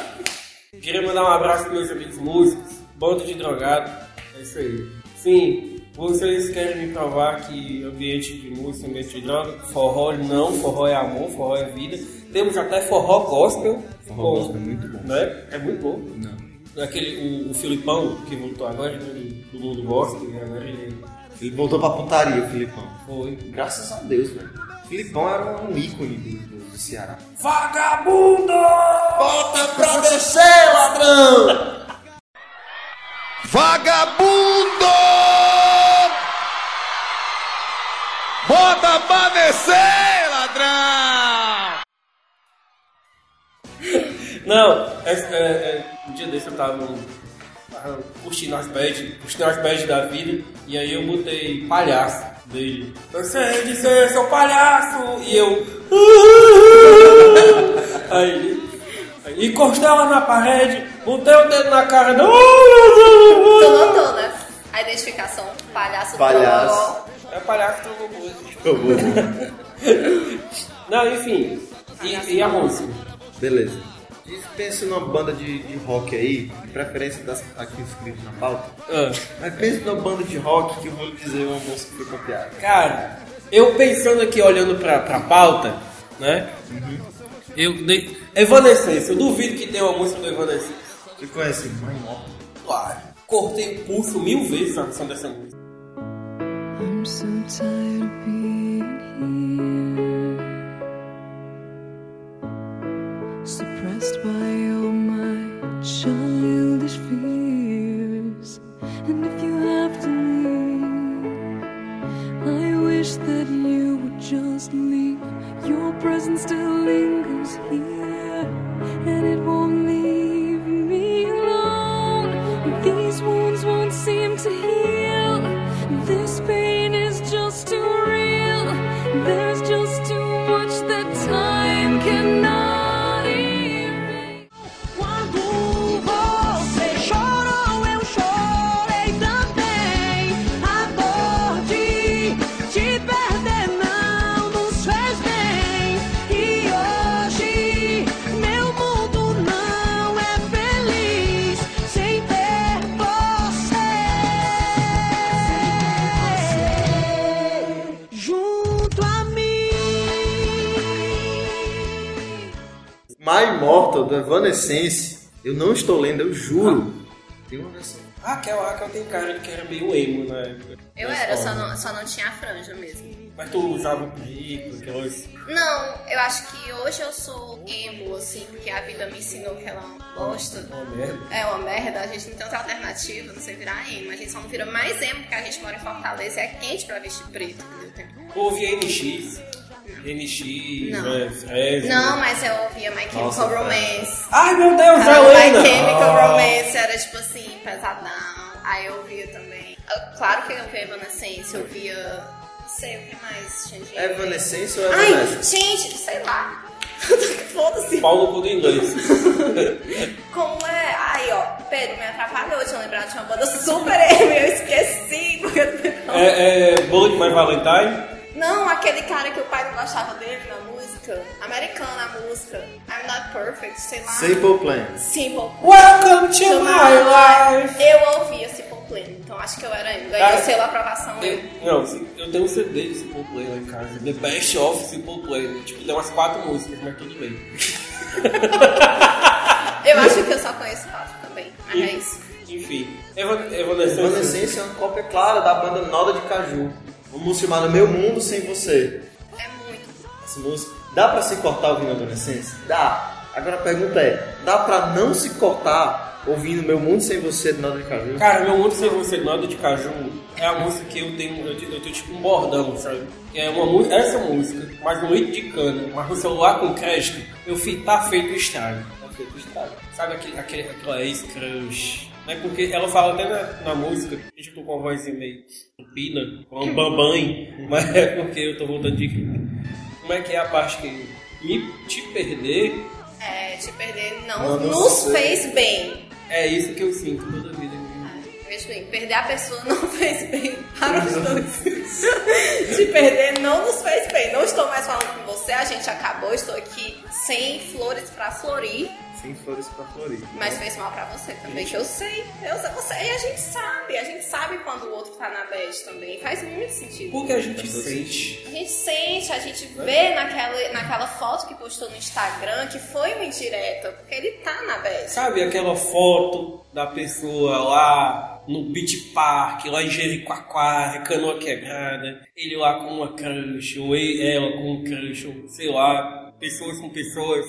[SPEAKER 4] Queria mandar um abraço para meus amigos músicos, bando de drogado. É isso aí. Sim, vocês querem me provar que ambiente de música é ambiente de droga? Forró não, forró é amor, forró é vida. Temos até forró gospel.
[SPEAKER 3] Forró
[SPEAKER 4] com-
[SPEAKER 3] gospel é muito bom.
[SPEAKER 4] Né? É muito bom.
[SPEAKER 3] Não.
[SPEAKER 4] Aquele, o, o Filipão, que voltou agora né, do, do mundo gospel, né, agora ele
[SPEAKER 3] Ele voltou pra putaria, o Filipão.
[SPEAKER 4] foi.
[SPEAKER 3] Graças a Deus, velho. O Filipão era um ícone do, do- do Ceará.
[SPEAKER 4] Vagabundo!
[SPEAKER 3] Volta pra descer, ladrão!
[SPEAKER 6] Vagabundo! Bota pra descer, ladrão!
[SPEAKER 4] Não, é, é, é, um dia desse eu tava, tava curtindo as bad, curtindo as bad da vida, e aí eu botei palhaço dele. Eu sei de ser seu palhaço! E eu. aí, aí encostei ela na parede, botei o dedo na cara do.
[SPEAKER 5] Tu notou, né? A identificação. Palhaço.
[SPEAKER 3] Palhaço.
[SPEAKER 5] trololó.
[SPEAKER 4] É palhaço trocou coisa.
[SPEAKER 3] Eu vou.
[SPEAKER 4] Não, enfim. E, e a música?
[SPEAKER 3] Beleza. Pensa numa banda de, de rock aí, de preferência das aqui inscritos na pauta.
[SPEAKER 4] Ah.
[SPEAKER 3] Mas pensa numa banda de rock que eu vou lhe dizer uma música que foi copiada.
[SPEAKER 4] Cara, eu pensando aqui, olhando pra, pra pauta, né? Eu dei. Evanescence, eu duvido que tenha uma música do Evanescence.
[SPEAKER 3] Você conhece Mãe Morta?
[SPEAKER 4] Claro. Cortei o pulso mil vezes na canção dessa música.
[SPEAKER 8] I'm so tired of being here, suppressed by all my childish fears. And if you have to leave, I wish that you would just leave. Your presence still lingers here, and it won't leave me alone. These wounds won't seem to heal. This pain is just too real. There's just too much that time cannot erase. Quando você chorou, eu chorei também. A dor de te perder não nos fez bem. E hoje meu mundo não é feliz sem ter você junto a mim.
[SPEAKER 3] My Immortal, do Evanescence, eu não estou lendo, eu juro. Tem uma versão.
[SPEAKER 4] Raquel, Raquel tem cara de que era meio emo na época.
[SPEAKER 5] Eu
[SPEAKER 4] Na
[SPEAKER 5] era, só
[SPEAKER 4] escola.
[SPEAKER 5] não, só não tinha a franja mesmo.
[SPEAKER 4] Mas tu usava o pico, aquelas.
[SPEAKER 5] Não, eu acho que hoje eu sou emo, assim, porque a vida me ensinou que ela é um bosta.
[SPEAKER 4] Uma merda.
[SPEAKER 5] É uma merda, a gente não tem outra alternativa, não sei virar emo. A gente só não vira mais emo porque a gente mora em Fortaleza e é quente pra vestir preto, entendeu?
[SPEAKER 4] Eu ouvia NX. NX,
[SPEAKER 5] Não.
[SPEAKER 4] né? Fresno.
[SPEAKER 5] Não, mas eu ouvia My Chemical
[SPEAKER 4] cara.
[SPEAKER 5] Romance.
[SPEAKER 4] Ai meu Deus,
[SPEAKER 5] Cara,
[SPEAKER 4] a
[SPEAKER 5] My
[SPEAKER 4] Helena!
[SPEAKER 5] Chemical
[SPEAKER 4] Ah.
[SPEAKER 5] Romance era tipo assim, pesadão. Aí eu ouvia também. Eu- claro que eu ouvia Evanescence, eu via. Não sei o que mais, gente.
[SPEAKER 3] É Evanescence ou
[SPEAKER 5] Ai,
[SPEAKER 3] Evanescence?
[SPEAKER 5] gente, sei lá. Foda-se.
[SPEAKER 4] Paulo no cu do inglês.
[SPEAKER 5] Como é? Aí, ó, Pedro me atrapalhou de eu lembrar de uma banda super emo, eu esqueci. Porque...
[SPEAKER 4] é, é Bullet My Valentine.
[SPEAKER 5] Não, aquele cara que o pai não gostava dele na música. Americana a música. I'm not perfect, sei lá.
[SPEAKER 3] Simple Plan.
[SPEAKER 5] Simple.
[SPEAKER 4] Welcome to my life!
[SPEAKER 5] Eu ouvia Simple Plan, então acho que eu era emo. Ganhei
[SPEAKER 4] Cara,
[SPEAKER 5] o selo aprovação. Eu...
[SPEAKER 4] Não, se- eu tenho um CD de Simple Play lá em casa. The Best of Simple Play. né? Tipo, tem umas quatro músicas, mas tudo bem.
[SPEAKER 5] eu acho que eu só conheço quatro também,
[SPEAKER 4] Ah,
[SPEAKER 5] mas é isso.
[SPEAKER 4] Enfim, Eva- Evanescence.
[SPEAKER 3] Evanescence é uma cópia clara da banda Noda de Caju. Uma música chamada Meu Mundo Sem Você.
[SPEAKER 5] É muito.
[SPEAKER 3] Essa música. Dá pra se cortar ouvindo Evanescence? Dá. Agora a pergunta é: dá pra não se cortar ouvindo Meu Mundo Sem Você do Noda de Caju?
[SPEAKER 4] Cara, meu mundo sem você, nada de caju, é a música que eu tenho, eu tenho, eu tenho tipo um bordão, sabe? É uma música, essa música, mas no leite de cana, mas no celular com crédito, eu fiz, tá feito o estrago. Tá feito o estrago. Sabe aquele, aquele, aquela ex-crush? Né? Porque ela fala até na, na música, deixa eu tô com uma voz assim meio pina, com um bambãe, mas é porque eu tô voltando de... Como é que é a parte que me te perder
[SPEAKER 5] É, te perder
[SPEAKER 3] Não,
[SPEAKER 5] não,
[SPEAKER 3] não
[SPEAKER 5] nos
[SPEAKER 3] sei.
[SPEAKER 5] fez bem.
[SPEAKER 4] é isso que eu sinto toda vida. minha.
[SPEAKER 5] Ai, Vejo bem, perder a pessoa não fez bem para os dois. Te perder não nos fez bem. Não estou mais falando com você, a gente acabou. Estou aqui sem flores pra florir,
[SPEAKER 3] Sem flores pra florir. né?
[SPEAKER 5] mas fez mal pra você também. Que eu sei, eu sei, você. E a gente sabe, a gente sabe quando o outro tá na bad também. Faz muito sentido.
[SPEAKER 4] Porque a gente sente...
[SPEAKER 5] A gente sente, a gente vê naquela, naquela foto que postou no Instagram que foi uma indireta, porque ele tá na bad.
[SPEAKER 4] Sabe aquela foto da pessoa lá no Beach Park, lá em Jericoacoara, canoa quebrada, ele lá com uma crush, ou ele- ela com um crush, ou sei lá, pessoas com pessoas,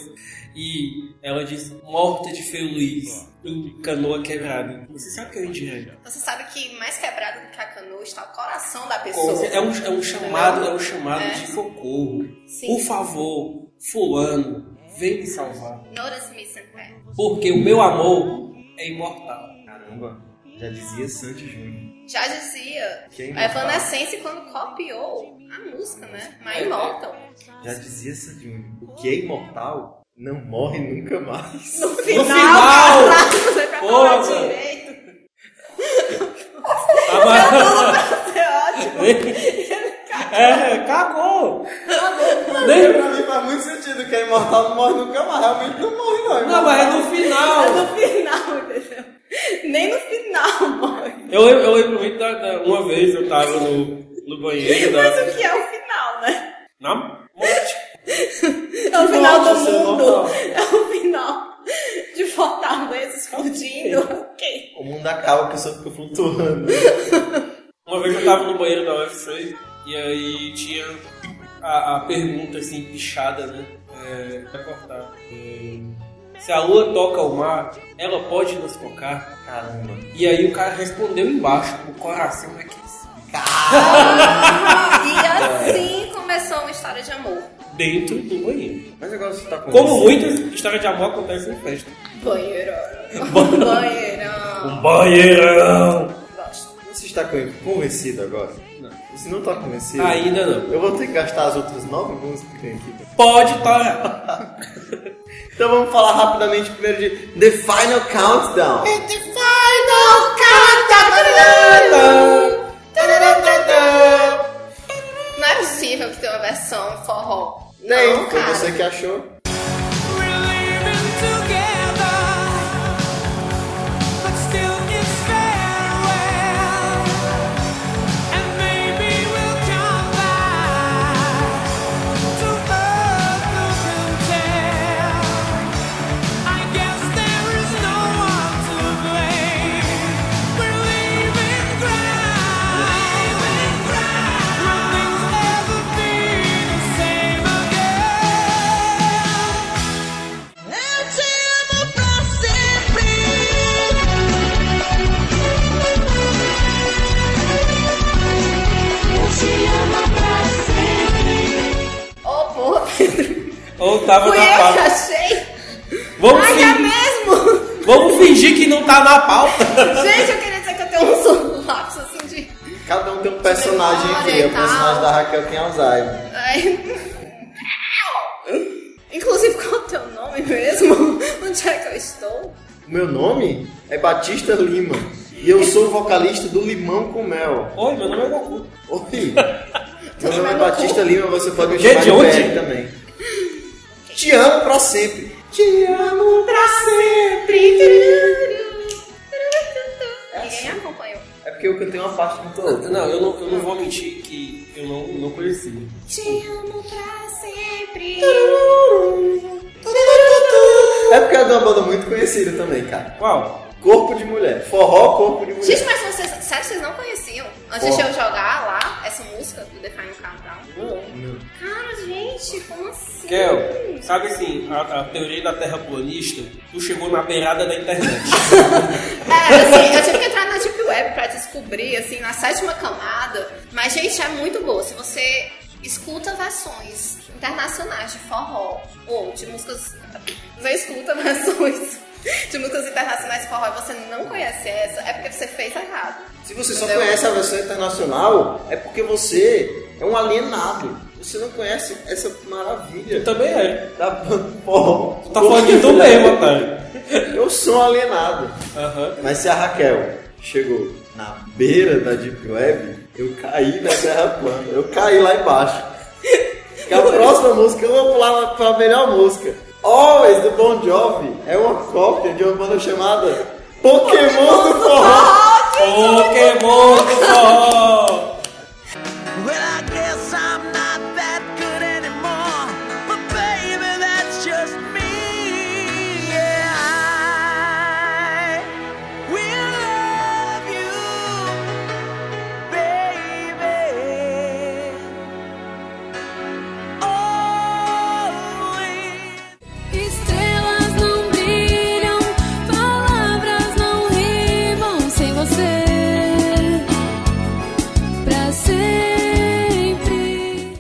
[SPEAKER 4] e ela diz morta de feliz, em canoa quebrada. Você sabe o que é indireta?
[SPEAKER 5] Você sabe que mais quebrado do que a canoa está o coração da pessoa.
[SPEAKER 4] É um, é um chamado, é um chamado de socorro.
[SPEAKER 5] Sim.
[SPEAKER 4] Por favor, fulano, vem me salvar.
[SPEAKER 5] Notice me É. Senpai.
[SPEAKER 4] Porque o meu amor é imortal.
[SPEAKER 3] Caramba, já dizia Sandy Júnior. é
[SPEAKER 5] Já dizia
[SPEAKER 3] Quem
[SPEAKER 5] a
[SPEAKER 3] gostava?
[SPEAKER 5] Evanescence quando copiou a música, né? My Immortal.
[SPEAKER 3] Já dizia Sandy Júnior. O que é imortal não morre nunca mais.
[SPEAKER 5] No final,
[SPEAKER 4] final!
[SPEAKER 5] lá, não sei pra falar
[SPEAKER 4] Porra!
[SPEAKER 5] direito.
[SPEAKER 4] Ah, mas-
[SPEAKER 5] É ótimo.
[SPEAKER 4] É, cagou! Nem...
[SPEAKER 3] Pra mim faz muito sentido que é imortal não morre nunca mais. Realmente não morre, não.
[SPEAKER 4] Não, mas é no
[SPEAKER 5] Mas
[SPEAKER 4] final!
[SPEAKER 5] no final, entendeu? Nem no final, mano.
[SPEAKER 4] Eu, lembro- eu lembro muito da, da- Uma vez eu tava no, no banheiro
[SPEAKER 5] Mas
[SPEAKER 4] da.
[SPEAKER 5] o que é o final, né?
[SPEAKER 4] Na morte!
[SPEAKER 5] É o final do
[SPEAKER 4] Nossa,
[SPEAKER 5] mundo.
[SPEAKER 4] normal.
[SPEAKER 5] É o final de Fortaleza explodindo. Ok.
[SPEAKER 3] O mundo acaba, a pessoa fica flutuando.
[SPEAKER 4] Uma vez eu tava no banheiro da UFC e aí tinha a, a pergunta assim, pichada, né? É, pra cortar. É, se a lua toca o mar, ela pode nos tocar?
[SPEAKER 3] Caramba.
[SPEAKER 4] E aí o cara respondeu embaixo: o coração é que É.
[SPEAKER 5] E assim começou uma história de amor.
[SPEAKER 4] dentro do banheiro.
[SPEAKER 3] Mas agora você tá com
[SPEAKER 4] Como muitas histórias de amor acontecem em festa.
[SPEAKER 5] Banheirão. Banheirão.
[SPEAKER 4] Um Banheirão!
[SPEAKER 5] Gosto.
[SPEAKER 3] Você está con- convencido agora?
[SPEAKER 4] Não.
[SPEAKER 3] Você não está convencido?
[SPEAKER 4] Ainda não.
[SPEAKER 3] Eu vou ter que gastar as outras nove músicas que tem aqui.
[SPEAKER 4] Pode torar.
[SPEAKER 3] Então vamos falar rapidamente primeiro de The Final Countdown.
[SPEAKER 5] The final Não é possível que tenha uma versão forró.
[SPEAKER 3] Nem,
[SPEAKER 5] Não,
[SPEAKER 3] foi
[SPEAKER 5] cara.
[SPEAKER 3] você que achou.
[SPEAKER 7] Tell
[SPEAKER 5] Pedro.
[SPEAKER 4] Ou tava
[SPEAKER 5] Fui eu
[SPEAKER 4] na
[SPEAKER 5] que
[SPEAKER 4] pauta.
[SPEAKER 5] achei.
[SPEAKER 4] Vamos,
[SPEAKER 5] Ai, é
[SPEAKER 4] fingir,
[SPEAKER 5] mesmo?
[SPEAKER 4] vamos fingir que não tá na pauta.
[SPEAKER 5] Gente, eu queria dizer que eu tenho um lápis assim de.
[SPEAKER 3] Cada um tem um personagem aqui.
[SPEAKER 5] Olha,
[SPEAKER 3] O personagem
[SPEAKER 5] tal.
[SPEAKER 3] da Raquel tem Alzheimer.
[SPEAKER 5] Ai. Inclusive, qual é o teu nome mesmo? Onde é que eu estou?
[SPEAKER 3] O meu nome é Batista Lima. E eu sou vocalista do Limão com Mel.
[SPEAKER 4] Oi, meu nome é Goku.
[SPEAKER 3] Oi! meu nome é Batista Lima, você pode me
[SPEAKER 4] Que?
[SPEAKER 3] chamar
[SPEAKER 4] De
[SPEAKER 3] de
[SPEAKER 4] onde?
[SPEAKER 3] Pérez também. Te amo pra sempre. Te amo pra
[SPEAKER 5] Ninguém acompanhou.
[SPEAKER 3] É porque eu cantei uma parte muito outra.
[SPEAKER 4] Não, eu não, eu não vou mentir que eu não, não conheci.
[SPEAKER 5] Te amo pra sempre.
[SPEAKER 3] É porque é de uma banda muito conhecida também, cara.
[SPEAKER 4] Qual?
[SPEAKER 3] Corpo de Mulher. Forró Corpo de
[SPEAKER 5] Gente,
[SPEAKER 3] Mulher.
[SPEAKER 5] mas vocês, sério, que vocês não conheciam? Antes de
[SPEAKER 3] Porra.
[SPEAKER 5] eu jogar lá essa música do Define Countdown. Cara, gente, como assim?
[SPEAKER 4] Kel, sabe assim, a, a teoria da terraplanista, tu chegou na beirada da internet.
[SPEAKER 5] É, assim, eu tive que entrar na Deep Web pra descobrir, assim, na sétima camada. Mas, gente, é muito boa. Se você escuta versões internacionais de forró ou de músicas. Você escuta versões de músicas internacionais de forró e você não conhece essa, é porque você fez errado.
[SPEAKER 3] Se você só
[SPEAKER 5] Entendeu?
[SPEAKER 3] conhece a versão internacional, é porque você é um alienado. Você não conhece essa maravilha
[SPEAKER 4] Eu também é.
[SPEAKER 3] da banda Forró.
[SPEAKER 4] Tu tá falando de tu mesmo, otário.
[SPEAKER 3] Eu sou um alienado.
[SPEAKER 4] Aham.
[SPEAKER 3] Mas se a Raquel chegou na beira da Deep Web, eu caí na terra plana. Eu caí lá embaixo. Que a próxima música, eu vou pular lá pra melhor música. Always do Bon Jovi é uma cópia de uma banda chamada Pokémon do Forró.
[SPEAKER 4] Pokémon do forró!
[SPEAKER 7] Well, I guess I'm not that good anymore. But baby, that's just me. Yeah, I will love you, baby. Always.
[SPEAKER 8] Estrelas não brilham, palavras não rimam sem você. Pra sempre.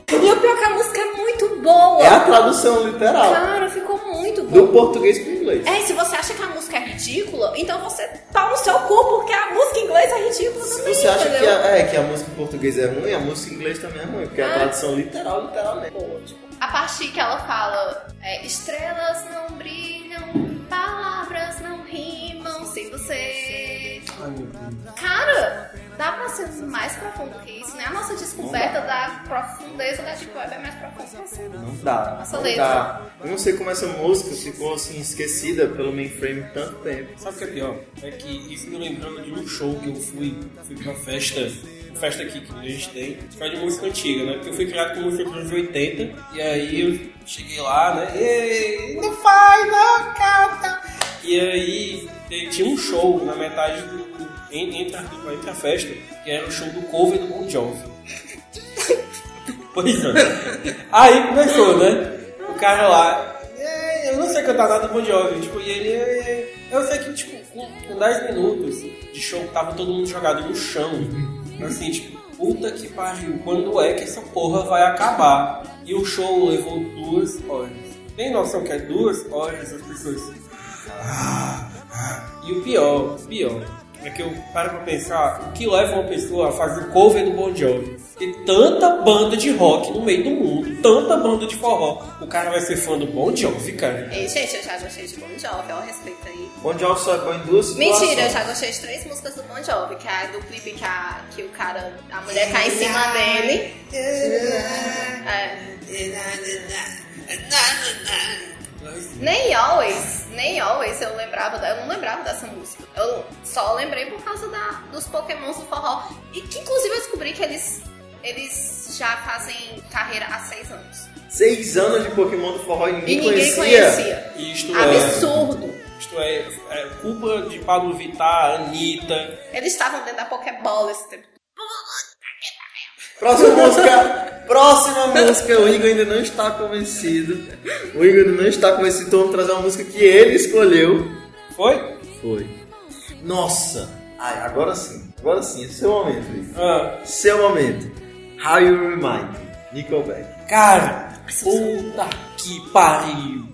[SPEAKER 5] E o pior é que a música é muito boa.
[SPEAKER 3] É a tradução literal
[SPEAKER 5] Cara, ficou muito boa.
[SPEAKER 3] do português pro inglês.
[SPEAKER 5] É, e se você acha que a música é ridícula, então você tá no seu cu, porque a música em inglês é ridícula
[SPEAKER 3] Se
[SPEAKER 5] também,
[SPEAKER 3] você acha que
[SPEAKER 5] entendeu?
[SPEAKER 3] a, é, que a música em português é ruim, a música em inglês também é ruim, porque é a
[SPEAKER 5] Ah. tipo,
[SPEAKER 3] tradução literal, literalmente.
[SPEAKER 5] A parte que ela fala é, estrelas não brilham, palavras não rimam sem você. Cara, dá pra ser mais profundo que isso, né? A nossa descoberta da profundeza da Deep Web é mais profunda que essa.
[SPEAKER 3] Não dá.
[SPEAKER 5] Nossa
[SPEAKER 3] não
[SPEAKER 5] letra.
[SPEAKER 3] dá. Eu não sei como essa música ficou assim esquecida pelo mainframe tanto tempo.
[SPEAKER 4] Sabe o que é pior? É que isso me lembrando de um show que eu fui, fui pra uma festa, uma festa aqui que a gente tem, só de música antiga, né? Porque eu fui criado com música dos anos 80, e aí eu cheguei lá, né? E não faz, não, canta! E aí te- tinha um show na metade do. do- en- Entre, a- entre a festa, que era o show do cover do Bon Jovi. Pois é. Aí começou, né? O cara lá, "É, eu não sei cantar nada do Bon Jovi. Tipo, e ele, "É, é". eu sei que, tipo, com, com 10 minutos de show, tava todo mundo jogado no chão. Assim, tipo, puta que pariu, quando é que essa porra vai acabar? E o show levou duas horas. Tem noção que é duas horas as pessoas e o pior, o pior, é que eu paro pra pensar o que leva uma pessoa a fazer cover do Bon Jovi. Tem tanta banda de rock no meio do mundo, tanta banda de forró. O cara vai ser fã do Bon Jovi, cara.
[SPEAKER 5] Ei, gente, eu já gostei de Bon Jovi, ó, respeita aí.
[SPEAKER 3] Bon Jovi só é bom em duas
[SPEAKER 5] Mentira, eu
[SPEAKER 3] situações.
[SPEAKER 5] já gostei de três músicas do Bon Jovi, que é a do clipe que, a, que o cara, a mulher cai em cima dele. É. Nem always, nem always eu lembrava, da- eu não lembrava dessa música. Eu só lembrei por causa da, dos Pokémons do forró. E que inclusive eu descobri que eles, eles já fazem carreira há seis anos.
[SPEAKER 3] Seis anos de Pokémon do forró e ninguém,
[SPEAKER 5] E ninguém
[SPEAKER 3] conhecia.
[SPEAKER 5] conhecia.
[SPEAKER 4] E Isto é,
[SPEAKER 5] Absurdo.
[SPEAKER 4] isto é, é culpa de Pablo Vittar, Anitta.
[SPEAKER 5] Eles estavam dentro da Pokébola esse tempo.
[SPEAKER 3] Próxima música. Próxima música. O Igor ainda não está convencido. O Igor ainda não está convencido. Então vamos trazer uma música que ele escolheu.
[SPEAKER 4] Foi?
[SPEAKER 3] Foi. Nossa. Ai, agora sim. Agora sim. Esse é o momento, Igor.
[SPEAKER 4] Ah,
[SPEAKER 3] Seu momento. How You Remind Me. Nickelback.
[SPEAKER 4] Cara, puta que pariu.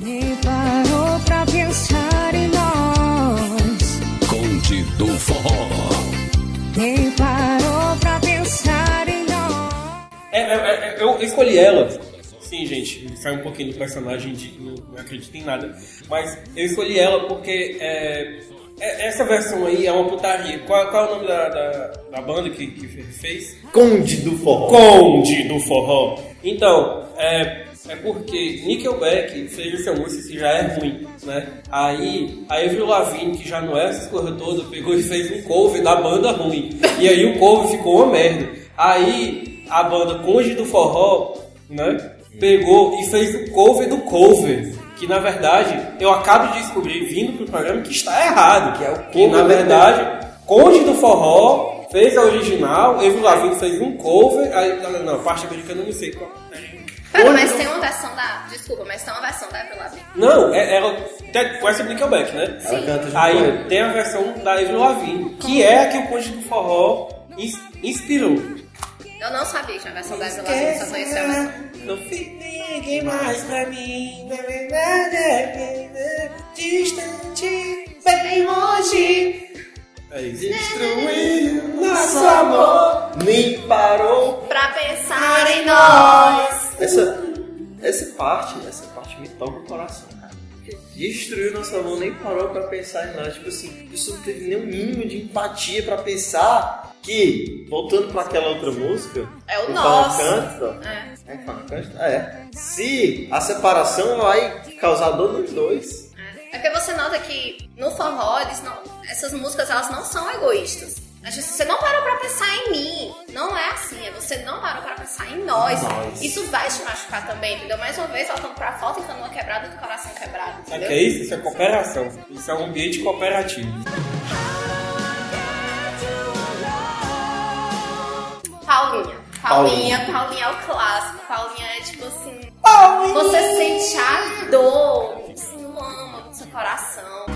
[SPEAKER 8] Nem parou pra pensar em nós.
[SPEAKER 9] Conde do Forró.
[SPEAKER 8] Nem parou pra pensar em nós.
[SPEAKER 4] É, é, é, eu escolhi ela. Sim, gente, sai um pouquinho do personagem de não, não acredito em nada. Mas eu escolhi ela porque é, é- essa versão aí é uma putaria. Qual, qual é o nome da, da, da banda que, que fez?
[SPEAKER 3] Conde do forró.
[SPEAKER 4] Conde do Forró. Então, é, é porque Nickelback fez essa música que já é ruim, né? Aí a Avril Lavigne, que já não é essas coisas todas, pegou e fez um cover da banda ruim. E aí o cover ficou uma merda. Aí a banda Conde do Forró, né? Pegou e fez o cover do cover. Que na verdade eu acabo de descobrir vindo pro programa que está errado. Que é o cover. Que na
[SPEAKER 3] cover
[SPEAKER 4] verdade verdade, Conde do Forró fez a original, Avril Lavigne fez um cover, aí, não, não, a parte americana eu não sei qual. é.
[SPEAKER 5] Cara, Ah, mas tem uma versão da. Desculpa, mas tem uma versão da Avril Lavigne.
[SPEAKER 4] Não, é, ela tem- com essa Nickelback, né?
[SPEAKER 3] Ela canta junto com
[SPEAKER 4] Aí
[SPEAKER 3] ele.
[SPEAKER 4] tem a versão da Avril Lavigne, que é a que o Conde do Forró ins- inspirou.
[SPEAKER 5] Eu não sabia que tinha uma versão da Avril Lavigne, só conhecia a versão.
[SPEAKER 4] Não fique ninguém mais pra mim, na verdade é distante, bem longe. É isso. Destruir nosso amor.
[SPEAKER 3] Nem parou.
[SPEAKER 5] Pra pensar em nós.
[SPEAKER 3] Essa, essa parte, essa parte me toca o coração, cara. Destruiu nosso amor, nem parou pra pensar em nós. Tipo assim, a pessoa não teve nem o mínimo de empatia pra pensar que, voltando pra aquela outra música,
[SPEAKER 5] É o
[SPEAKER 3] do
[SPEAKER 5] nosso.
[SPEAKER 3] Fala Canto,
[SPEAKER 5] É.
[SPEAKER 3] é que Fala Canto? Ah, é. Se a separação vai causar dor nos dois,
[SPEAKER 5] É porque você nota que no forró, eles não- essas músicas elas não são egoístas. A gente- Você não parou pra pensar em mim. Não é assim. é Você não parou pra pensar em nós. Isso vai te machucar também, entendeu? Mais uma vez, voltando pra falta e canoa quebrada do coração quebrado,
[SPEAKER 4] Sabe o
[SPEAKER 5] entendeu?
[SPEAKER 4] que é isso? Isso é cooperação. Isso é um ambiente cooperativo.
[SPEAKER 5] Paulinha. Paulinha, Paulinha é o clássico. Paulinha é tipo assim. Você sente a dor no âmago do seu coração.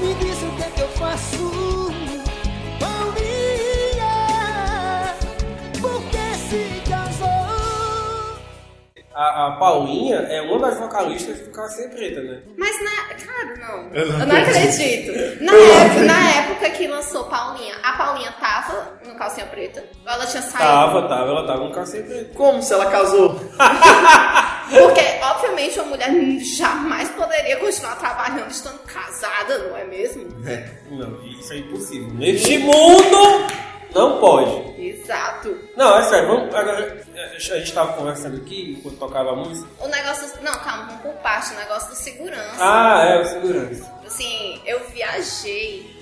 [SPEAKER 7] Me diz o que é que eu faço Paulinha Porque se casou
[SPEAKER 4] A, a Paulinha é uma das vocalistas do Calcinha Preta, né?
[SPEAKER 5] Mas na. Cara, não. Eu não, acredito. Na, época, na época que lançou Paulinha, a Paulinha tava no calcinha preta. Ou Ela tinha saído.
[SPEAKER 4] Tava, tava, ela tava no Calcinha Preta.
[SPEAKER 3] como se ela casou?
[SPEAKER 5] Porque, obviamente, uma mulher jamais poderia continuar trabalhando estando casada, não é mesmo?
[SPEAKER 4] Não, isso é impossível. Neste mundo, não pode.
[SPEAKER 5] Exato.
[SPEAKER 4] Não, é sério, vamos, agora, é, a gente tava conversando aqui, enquanto tocava a música.
[SPEAKER 5] O negócio. Não, calma, vamos por parte. O negócio do segurança.
[SPEAKER 4] Ah, é, o segurança.
[SPEAKER 5] Assim, eu viajei.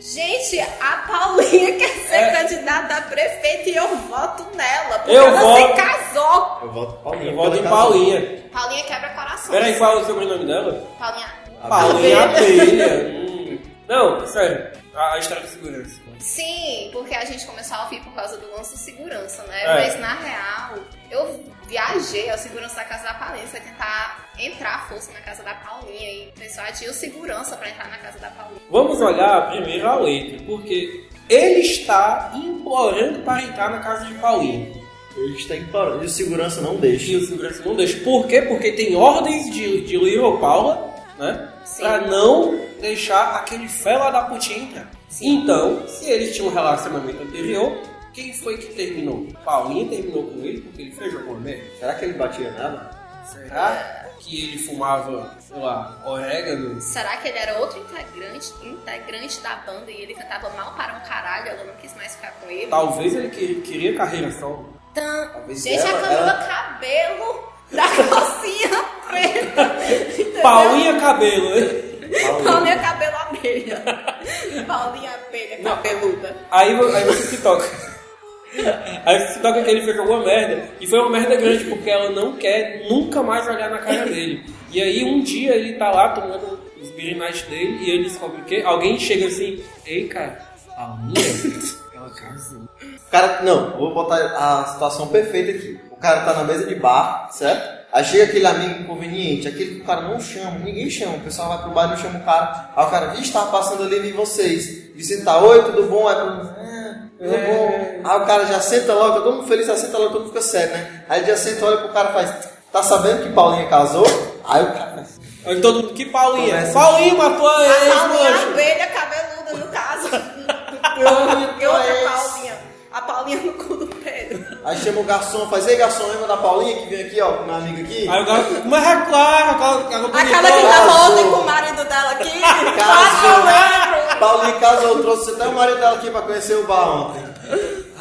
[SPEAKER 5] Gente, a Paulinha quer ser
[SPEAKER 4] É.
[SPEAKER 5] candidata a prefeita e eu voto nela. Porque
[SPEAKER 4] Eu
[SPEAKER 5] ela
[SPEAKER 4] voto.
[SPEAKER 5] se casou.
[SPEAKER 3] Eu voto Paulinha.
[SPEAKER 4] Eu voto em
[SPEAKER 3] porque ela casou.
[SPEAKER 4] Paulinha.
[SPEAKER 5] Paulinha quebra coração.
[SPEAKER 4] Peraí, qual é o sobrenome dela?
[SPEAKER 5] Paulinha.
[SPEAKER 4] Paulinha Abelha. Hum. Não, é sério, a, a história do segurança.
[SPEAKER 5] Sim, porque a gente começou a ouvir por causa do lance de segurança, né?
[SPEAKER 4] É.
[SPEAKER 5] Mas na real, eu viajei ao segurança da casa da Paulinha pra tentar entrar à força na casa da Paulinha e persuadir o segurança pra entrar na casa da Paulinha.
[SPEAKER 4] Vamos olhar primeiro a letra, porque ele está implorando para entrar na casa de Paulinha.
[SPEAKER 3] Ele está em Paulinha. E o segurança não deixa.
[SPEAKER 4] E o segurança não deixa. Por quê? Porque tem ordens de, de Little Paula, né? Pra não deixar aquele fela da putinha entrar. Então, se eles tinham um relacionamento anterior, quem foi que terminou? Paulinha terminou com ele porque ele fez alguma merda.
[SPEAKER 3] Será que ele batia nela?
[SPEAKER 4] Será? que ele fumava, sei lá, orégano.
[SPEAKER 5] Será que ele era outro integrante, integrante da banda e ele cantava mal para um caralho? Ela não quis mais ficar com ele?
[SPEAKER 4] Talvez ele que- queria carreira solo.
[SPEAKER 5] Tan-
[SPEAKER 3] Talvez
[SPEAKER 5] Gente,
[SPEAKER 3] ela-
[SPEAKER 5] a Camila
[SPEAKER 3] ela-
[SPEAKER 5] Cabelo da calcinha preta. entendeu?
[SPEAKER 4] Paulinha Cabelo, né?
[SPEAKER 5] Paulinha Cabelo Abelha. Paulinha Abelha Cabeluda.
[SPEAKER 4] Aí, vo- aí você se toca. Aí você se toca que ele fez alguma merda. E foi uma merda grande, porque ela não quer nunca mais olhar na cara dele. E aí um dia ele tá lá tomando os birinais dele e ele descobre o quê? Alguém chega assim, ei cara, a minha, ela casou.
[SPEAKER 3] O cara, não, vou botar a situação perfeita aqui. O cara tá na mesa de bar, certo? Aí chega aquele amigo inconveniente, aquele que o cara não chama, ninguém chama. O pessoal vai pro bar e não chama o cara. Aí o cara, "Ih, está passando ali, vi vocês. E senta, oi, tudo bom? Aí todo "É, tudo bom. Aí o cara já senta logo, tá todo mundo feliz, já senta logo, todo mundo fica sério, né? Aí ele já senta, olha pro cara e faz, tá sabendo que Paulinha casou? Aí o cara faz,
[SPEAKER 4] Aí todo mundo, que Paulinha?
[SPEAKER 3] Começa.
[SPEAKER 4] Paulinha matou a
[SPEAKER 5] A
[SPEAKER 4] ex,
[SPEAKER 5] Paulinha
[SPEAKER 4] mancho.
[SPEAKER 5] Abelha Cabeluda, no caso. e
[SPEAKER 3] é
[SPEAKER 5] outra
[SPEAKER 3] isso.
[SPEAKER 5] Paulinha. A Paulinha no cu do Pedro.
[SPEAKER 3] Aí chama o garçom, faz, ei garçom, lembra da Paulinha que vem aqui, ó, minha amiga aqui?
[SPEAKER 4] Aí o cara, mas é claro, aquela, aquela
[SPEAKER 5] Aquela que
[SPEAKER 4] bonitona.
[SPEAKER 5] tava
[SPEAKER 3] casou.
[SPEAKER 5] ontem com o marido dela aqui.
[SPEAKER 3] Casou. Paulinho casou, trouxe até o marido dela aqui pra conhecer o bar ontem.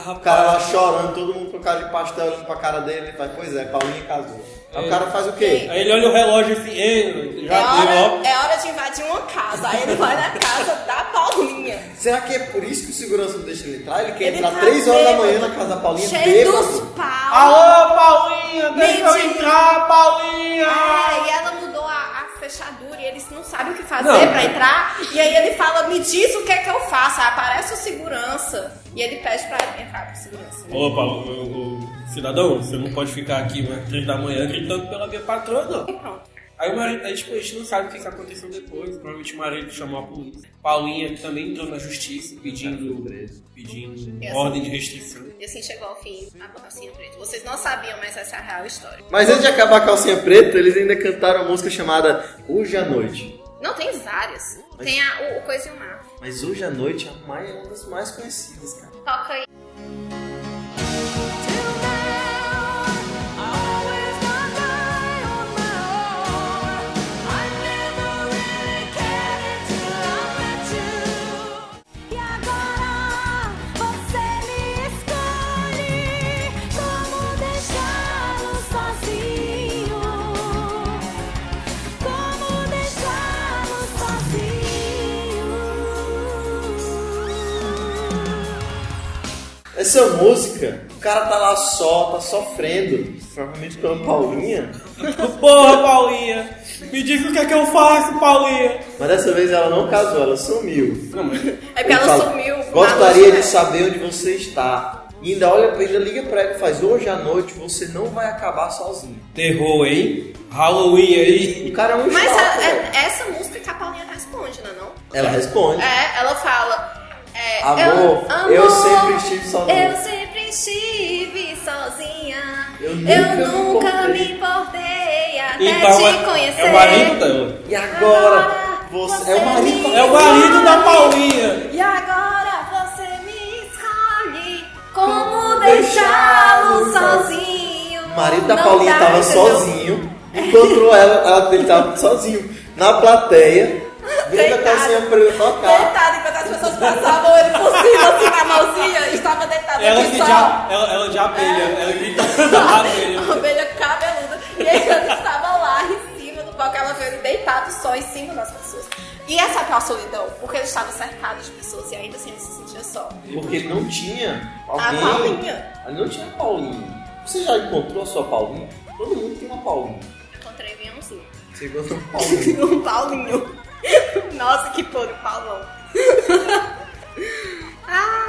[SPEAKER 3] O cara lá chorando, todo mundo com cara de pastel olhando pra cara dele. Ele faz, pois é, Paulinho casou. Aí o cara faz o quê?
[SPEAKER 4] Aí ele olha o relógio assim, ei, já
[SPEAKER 5] É
[SPEAKER 4] deu, ó.
[SPEAKER 5] hora, é hora de invadir uma casa. Aí ele vai na casa da Paulinha.
[SPEAKER 3] Será que é por isso que o segurança não deixa ele entrar? Ele quer
[SPEAKER 5] Ele
[SPEAKER 3] entrar
[SPEAKER 5] tá
[SPEAKER 3] 3 horas da
[SPEAKER 5] bêbado.
[SPEAKER 3] manhã na casa da Paulinha,
[SPEAKER 5] Cheio é dos
[SPEAKER 3] bêbado.
[SPEAKER 5] pau.
[SPEAKER 4] Alô, Paulinha, deixa eu
[SPEAKER 5] Mentira.
[SPEAKER 4] entrar, Paulinha!
[SPEAKER 5] É, e ela mudou a, a fechadura e eles não sabem o que fazer
[SPEAKER 4] Não.
[SPEAKER 5] pra entrar. E aí ele fala, me diz o que é que eu faço. Aí aparece o segurança. E ele pede pra entrar pro segurança. né?
[SPEAKER 4] Ô, Paulo, ô, ô, cidadão, você não pode ficar aqui às três da manhã gritando pela minha patroa, não.
[SPEAKER 5] E pronto.
[SPEAKER 4] Aí o marido, aí, tipo, a gente não sabe o que que aconteceu depois. Provavelmente o marido chamou a polícia. Paulinha também entrou na justiça pedindo, pedindo
[SPEAKER 5] Essa.
[SPEAKER 4] ordem de restrição.
[SPEAKER 5] E assim chegou ao fim a calcinha preta. Vocês não sabiam, mas essa é a real história.
[SPEAKER 3] Mas antes de acabar a calcinha preta, eles ainda cantaram uma música chamada Hoje à Noite.
[SPEAKER 5] Não, tem várias. Tem a, o, o Coisa e o Mar.
[SPEAKER 3] Mas Hoje à Noite é a mais- uma das mais conhecidas, cara.
[SPEAKER 5] Toca aí.
[SPEAKER 7] E agora você me escolhe como deixá-lo sozinho, como deixá-lo sozinho.
[SPEAKER 3] Essa música, o cara tá lá só, tá sofrendo. Provavelmente pela Paulinha.
[SPEAKER 4] Porra, Paulinha! Me diz o que é que eu faço, Paulinha!
[SPEAKER 3] Mas dessa vez ela não casou, ela sumiu.
[SPEAKER 4] Não, mas
[SPEAKER 5] É porque ela
[SPEAKER 3] Ele fala,
[SPEAKER 5] sumiu. na
[SPEAKER 3] Gostaria
[SPEAKER 5] luz, né?
[SPEAKER 3] de saber onde você está. E ainda olha pra ele, liga pra ele e faz: Hoje à noite você não vai acabar sozinho.
[SPEAKER 4] terror, hein? Halloween aí.
[SPEAKER 3] O cara é um
[SPEAKER 5] Mas
[SPEAKER 3] chato,
[SPEAKER 5] a-
[SPEAKER 3] velho.
[SPEAKER 5] é- essa música que a Paulinha responde, não é não?
[SPEAKER 3] Ela responde.
[SPEAKER 5] É, ela fala. é,
[SPEAKER 3] Amor, eu sempre estive sozinha.
[SPEAKER 5] Eu sempre estive sozinha.
[SPEAKER 3] Eu
[SPEAKER 5] Eu
[SPEAKER 3] nunca
[SPEAKER 5] nunca,
[SPEAKER 3] me
[SPEAKER 5] me
[SPEAKER 3] importei.
[SPEAKER 5] importei até
[SPEAKER 4] Então
[SPEAKER 5] te
[SPEAKER 4] é, é
[SPEAKER 5] conhecer.
[SPEAKER 4] o marido dela.
[SPEAKER 3] E agora?
[SPEAKER 5] Agora
[SPEAKER 3] Você
[SPEAKER 5] Ah, você
[SPEAKER 3] é o marido.
[SPEAKER 5] me-
[SPEAKER 4] É o marido da Paulinha!
[SPEAKER 5] E agora você me escolhe como deixá-lo sozinho.
[SPEAKER 3] O marido da
[SPEAKER 5] Não
[SPEAKER 3] Paulinha
[SPEAKER 5] dá,
[SPEAKER 3] tava
[SPEAKER 5] entendeu?
[SPEAKER 3] sozinho. Encontrou ela, ela, ele tava sozinho. Na plateia, vendo a
[SPEAKER 5] Deitado.
[SPEAKER 3] calcinha preta tocar.
[SPEAKER 5] Deitado enquanto as pessoas passavam ele por cima, assim, na mãozinha, estava deitado
[SPEAKER 4] Ela
[SPEAKER 5] aqui
[SPEAKER 4] que
[SPEAKER 5] só.
[SPEAKER 4] já. Ela, ela de abelha, ela grita da abelha.
[SPEAKER 5] A ovelha cabeluda. E aí ele estava lá em cima do palco, ela veio deitado só em cima das pessoas. E essa tal solidão, porque ele estava cercado de pessoas e ainda assim ele se sentia só.
[SPEAKER 3] Porque ele não tinha
[SPEAKER 5] A
[SPEAKER 3] alguém.
[SPEAKER 5] Paulinha.
[SPEAKER 3] Ele não tinha Paulinha. Você já encontrou a sua Paulinha? Todo mundo tem uma Paulinha.
[SPEAKER 5] Encontrei bem umzinho.
[SPEAKER 3] Você encontrou uma Paulinha.
[SPEAKER 5] um Paulinho. Nossa, que podre, Paulão.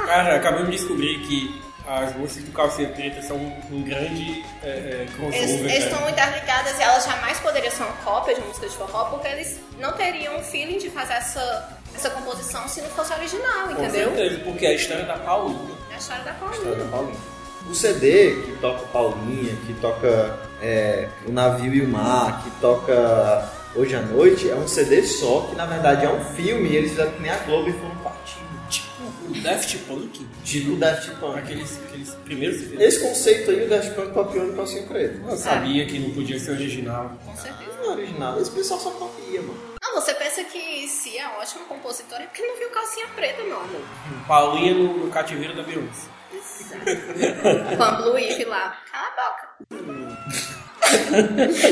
[SPEAKER 4] Cara, acabamos de descobrir que as músicas do Calcinha Preta são um, um grande é, é,
[SPEAKER 5] Eles,
[SPEAKER 4] crossover.
[SPEAKER 5] eles
[SPEAKER 4] né?
[SPEAKER 5] estão muito ligadas e elas jamais poderiam ser uma cópia de música de forró, porque eles não teriam o feeling de fazer essa, essa composição se não fosse original,
[SPEAKER 4] Com
[SPEAKER 5] entendeu?
[SPEAKER 4] certeza, porque a história da Paulinha.
[SPEAKER 5] É a história da
[SPEAKER 3] História da
[SPEAKER 5] Paulinha.
[SPEAKER 3] Paulinha. O CD que toca Paulinha, que toca é, O Navio e o Mar, que toca Hoje à Noite, é um CD só, que na verdade é um filme, e eles fizeram que nem a Globo e foram partindo.
[SPEAKER 4] Tipo o Daft Punk.
[SPEAKER 3] Tipo o Daft Punk.
[SPEAKER 4] Aqueles, aqueles primeiros.
[SPEAKER 5] É.
[SPEAKER 3] Esse conceito aí, o Daft Punk copiou no Calcinha Preta.
[SPEAKER 4] Eu sabia que não podia ser original.
[SPEAKER 5] Com certeza.
[SPEAKER 3] não é original. Esse pessoal só copia, mano.
[SPEAKER 5] Ah, você pensa que se é ótima compositora é porque não viu calcinha preta, meu amor.
[SPEAKER 4] Paulinha no, no cativeiro da Beyoncé.
[SPEAKER 5] Pan Blue Eve lá. Cala a boca.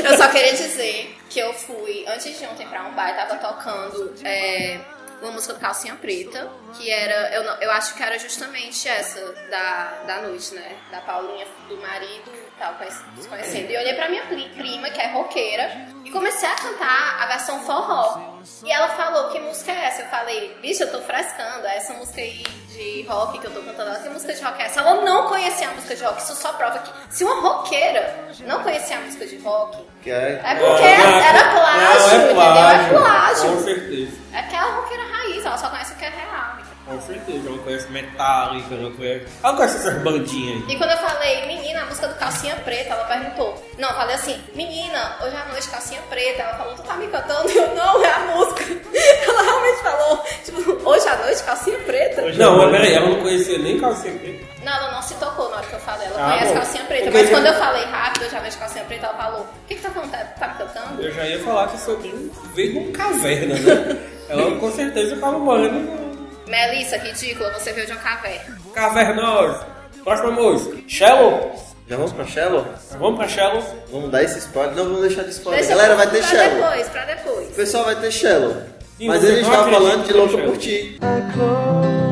[SPEAKER 5] eu só queria dizer que eu fui, antes de ontem pra um bar, e tava tocando é, uma música do Calcinha Preta, que era, eu, não- eu acho que era justamente essa da, da noite, né? Da Paulinha, do marido e tal, conhece- desconhecendo. E eu olhei pra minha pri- prima, que é roqueira, e comecei a cantar a versão forró. E ela falou, que música é essa? Eu falei, bicho, eu tô frescando, é essa música aí de rock que eu tô cantando, ela, que música de rock é essa? Ela não conhecia a música de rock, isso só prova que se uma roqueira não conhecia a música de rock,
[SPEAKER 3] Que é
[SPEAKER 5] é porque era plágio,
[SPEAKER 4] Não, é
[SPEAKER 5] entendeu? É
[SPEAKER 4] Com
[SPEAKER 5] plágio.
[SPEAKER 4] certeza.
[SPEAKER 5] É aquela roqueira raiz, ela só conhece o que é real.
[SPEAKER 4] Com certeza. Ela não conhece Metallica, ela não conhece... Ela não conhece essas bandinhas aí.
[SPEAKER 5] E quando eu falei, menina, a música do Calcinha Preta, ela perguntou. Não, eu falei assim, menina, hoje à noite Calcinha Preta. Ela falou, tu tá me cantando? Eu, não, é a música. Ela realmente falou, tipo, hoje à noite Calcinha Preta?
[SPEAKER 4] Não, mas peraí, ela não conhecia nem calcinha preta.
[SPEAKER 5] Não, ela não se tocou na hora que eu falei, ela
[SPEAKER 4] Ah,
[SPEAKER 5] conhece
[SPEAKER 4] bom.
[SPEAKER 5] Calcinha Preta.
[SPEAKER 4] Porque
[SPEAKER 5] Mas
[SPEAKER 4] eu-
[SPEAKER 5] quando eu falei rápido, hoje à noite Calcinha Preta, ela falou, o que que tá cantando? Tá me cantando?
[SPEAKER 4] Eu já ia falar que seu primo veio com caverna, né? ela com certeza tava morando no...
[SPEAKER 5] Melissa, ridícula, você veio de uma caverna.
[SPEAKER 4] Cavernosa. Próxima música. Shallow.
[SPEAKER 3] Já vamos pra Shallow?
[SPEAKER 4] Vamos pra Shallow.
[SPEAKER 3] Vamos dar esse spoiler? Não, vamos deixar de spoiler.
[SPEAKER 5] Deixa
[SPEAKER 3] Galera, vai
[SPEAKER 5] pra
[SPEAKER 3] ter Shallow.
[SPEAKER 5] depois, pra depois.
[SPEAKER 3] O pessoal vai ter Shallow.
[SPEAKER 4] Sim,
[SPEAKER 3] Mas
[SPEAKER 4] você
[SPEAKER 3] a gente
[SPEAKER 4] não
[SPEAKER 3] tava
[SPEAKER 4] acredita
[SPEAKER 3] falando de
[SPEAKER 4] que
[SPEAKER 3] Louca
[SPEAKER 4] Shallow.
[SPEAKER 3] por Ti.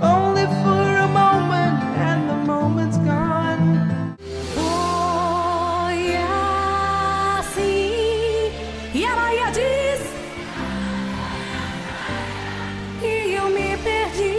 [SPEAKER 7] Only for a moment, and the moment's gone.
[SPEAKER 8] Foi assim. E ela ia diz. E eu me perdi.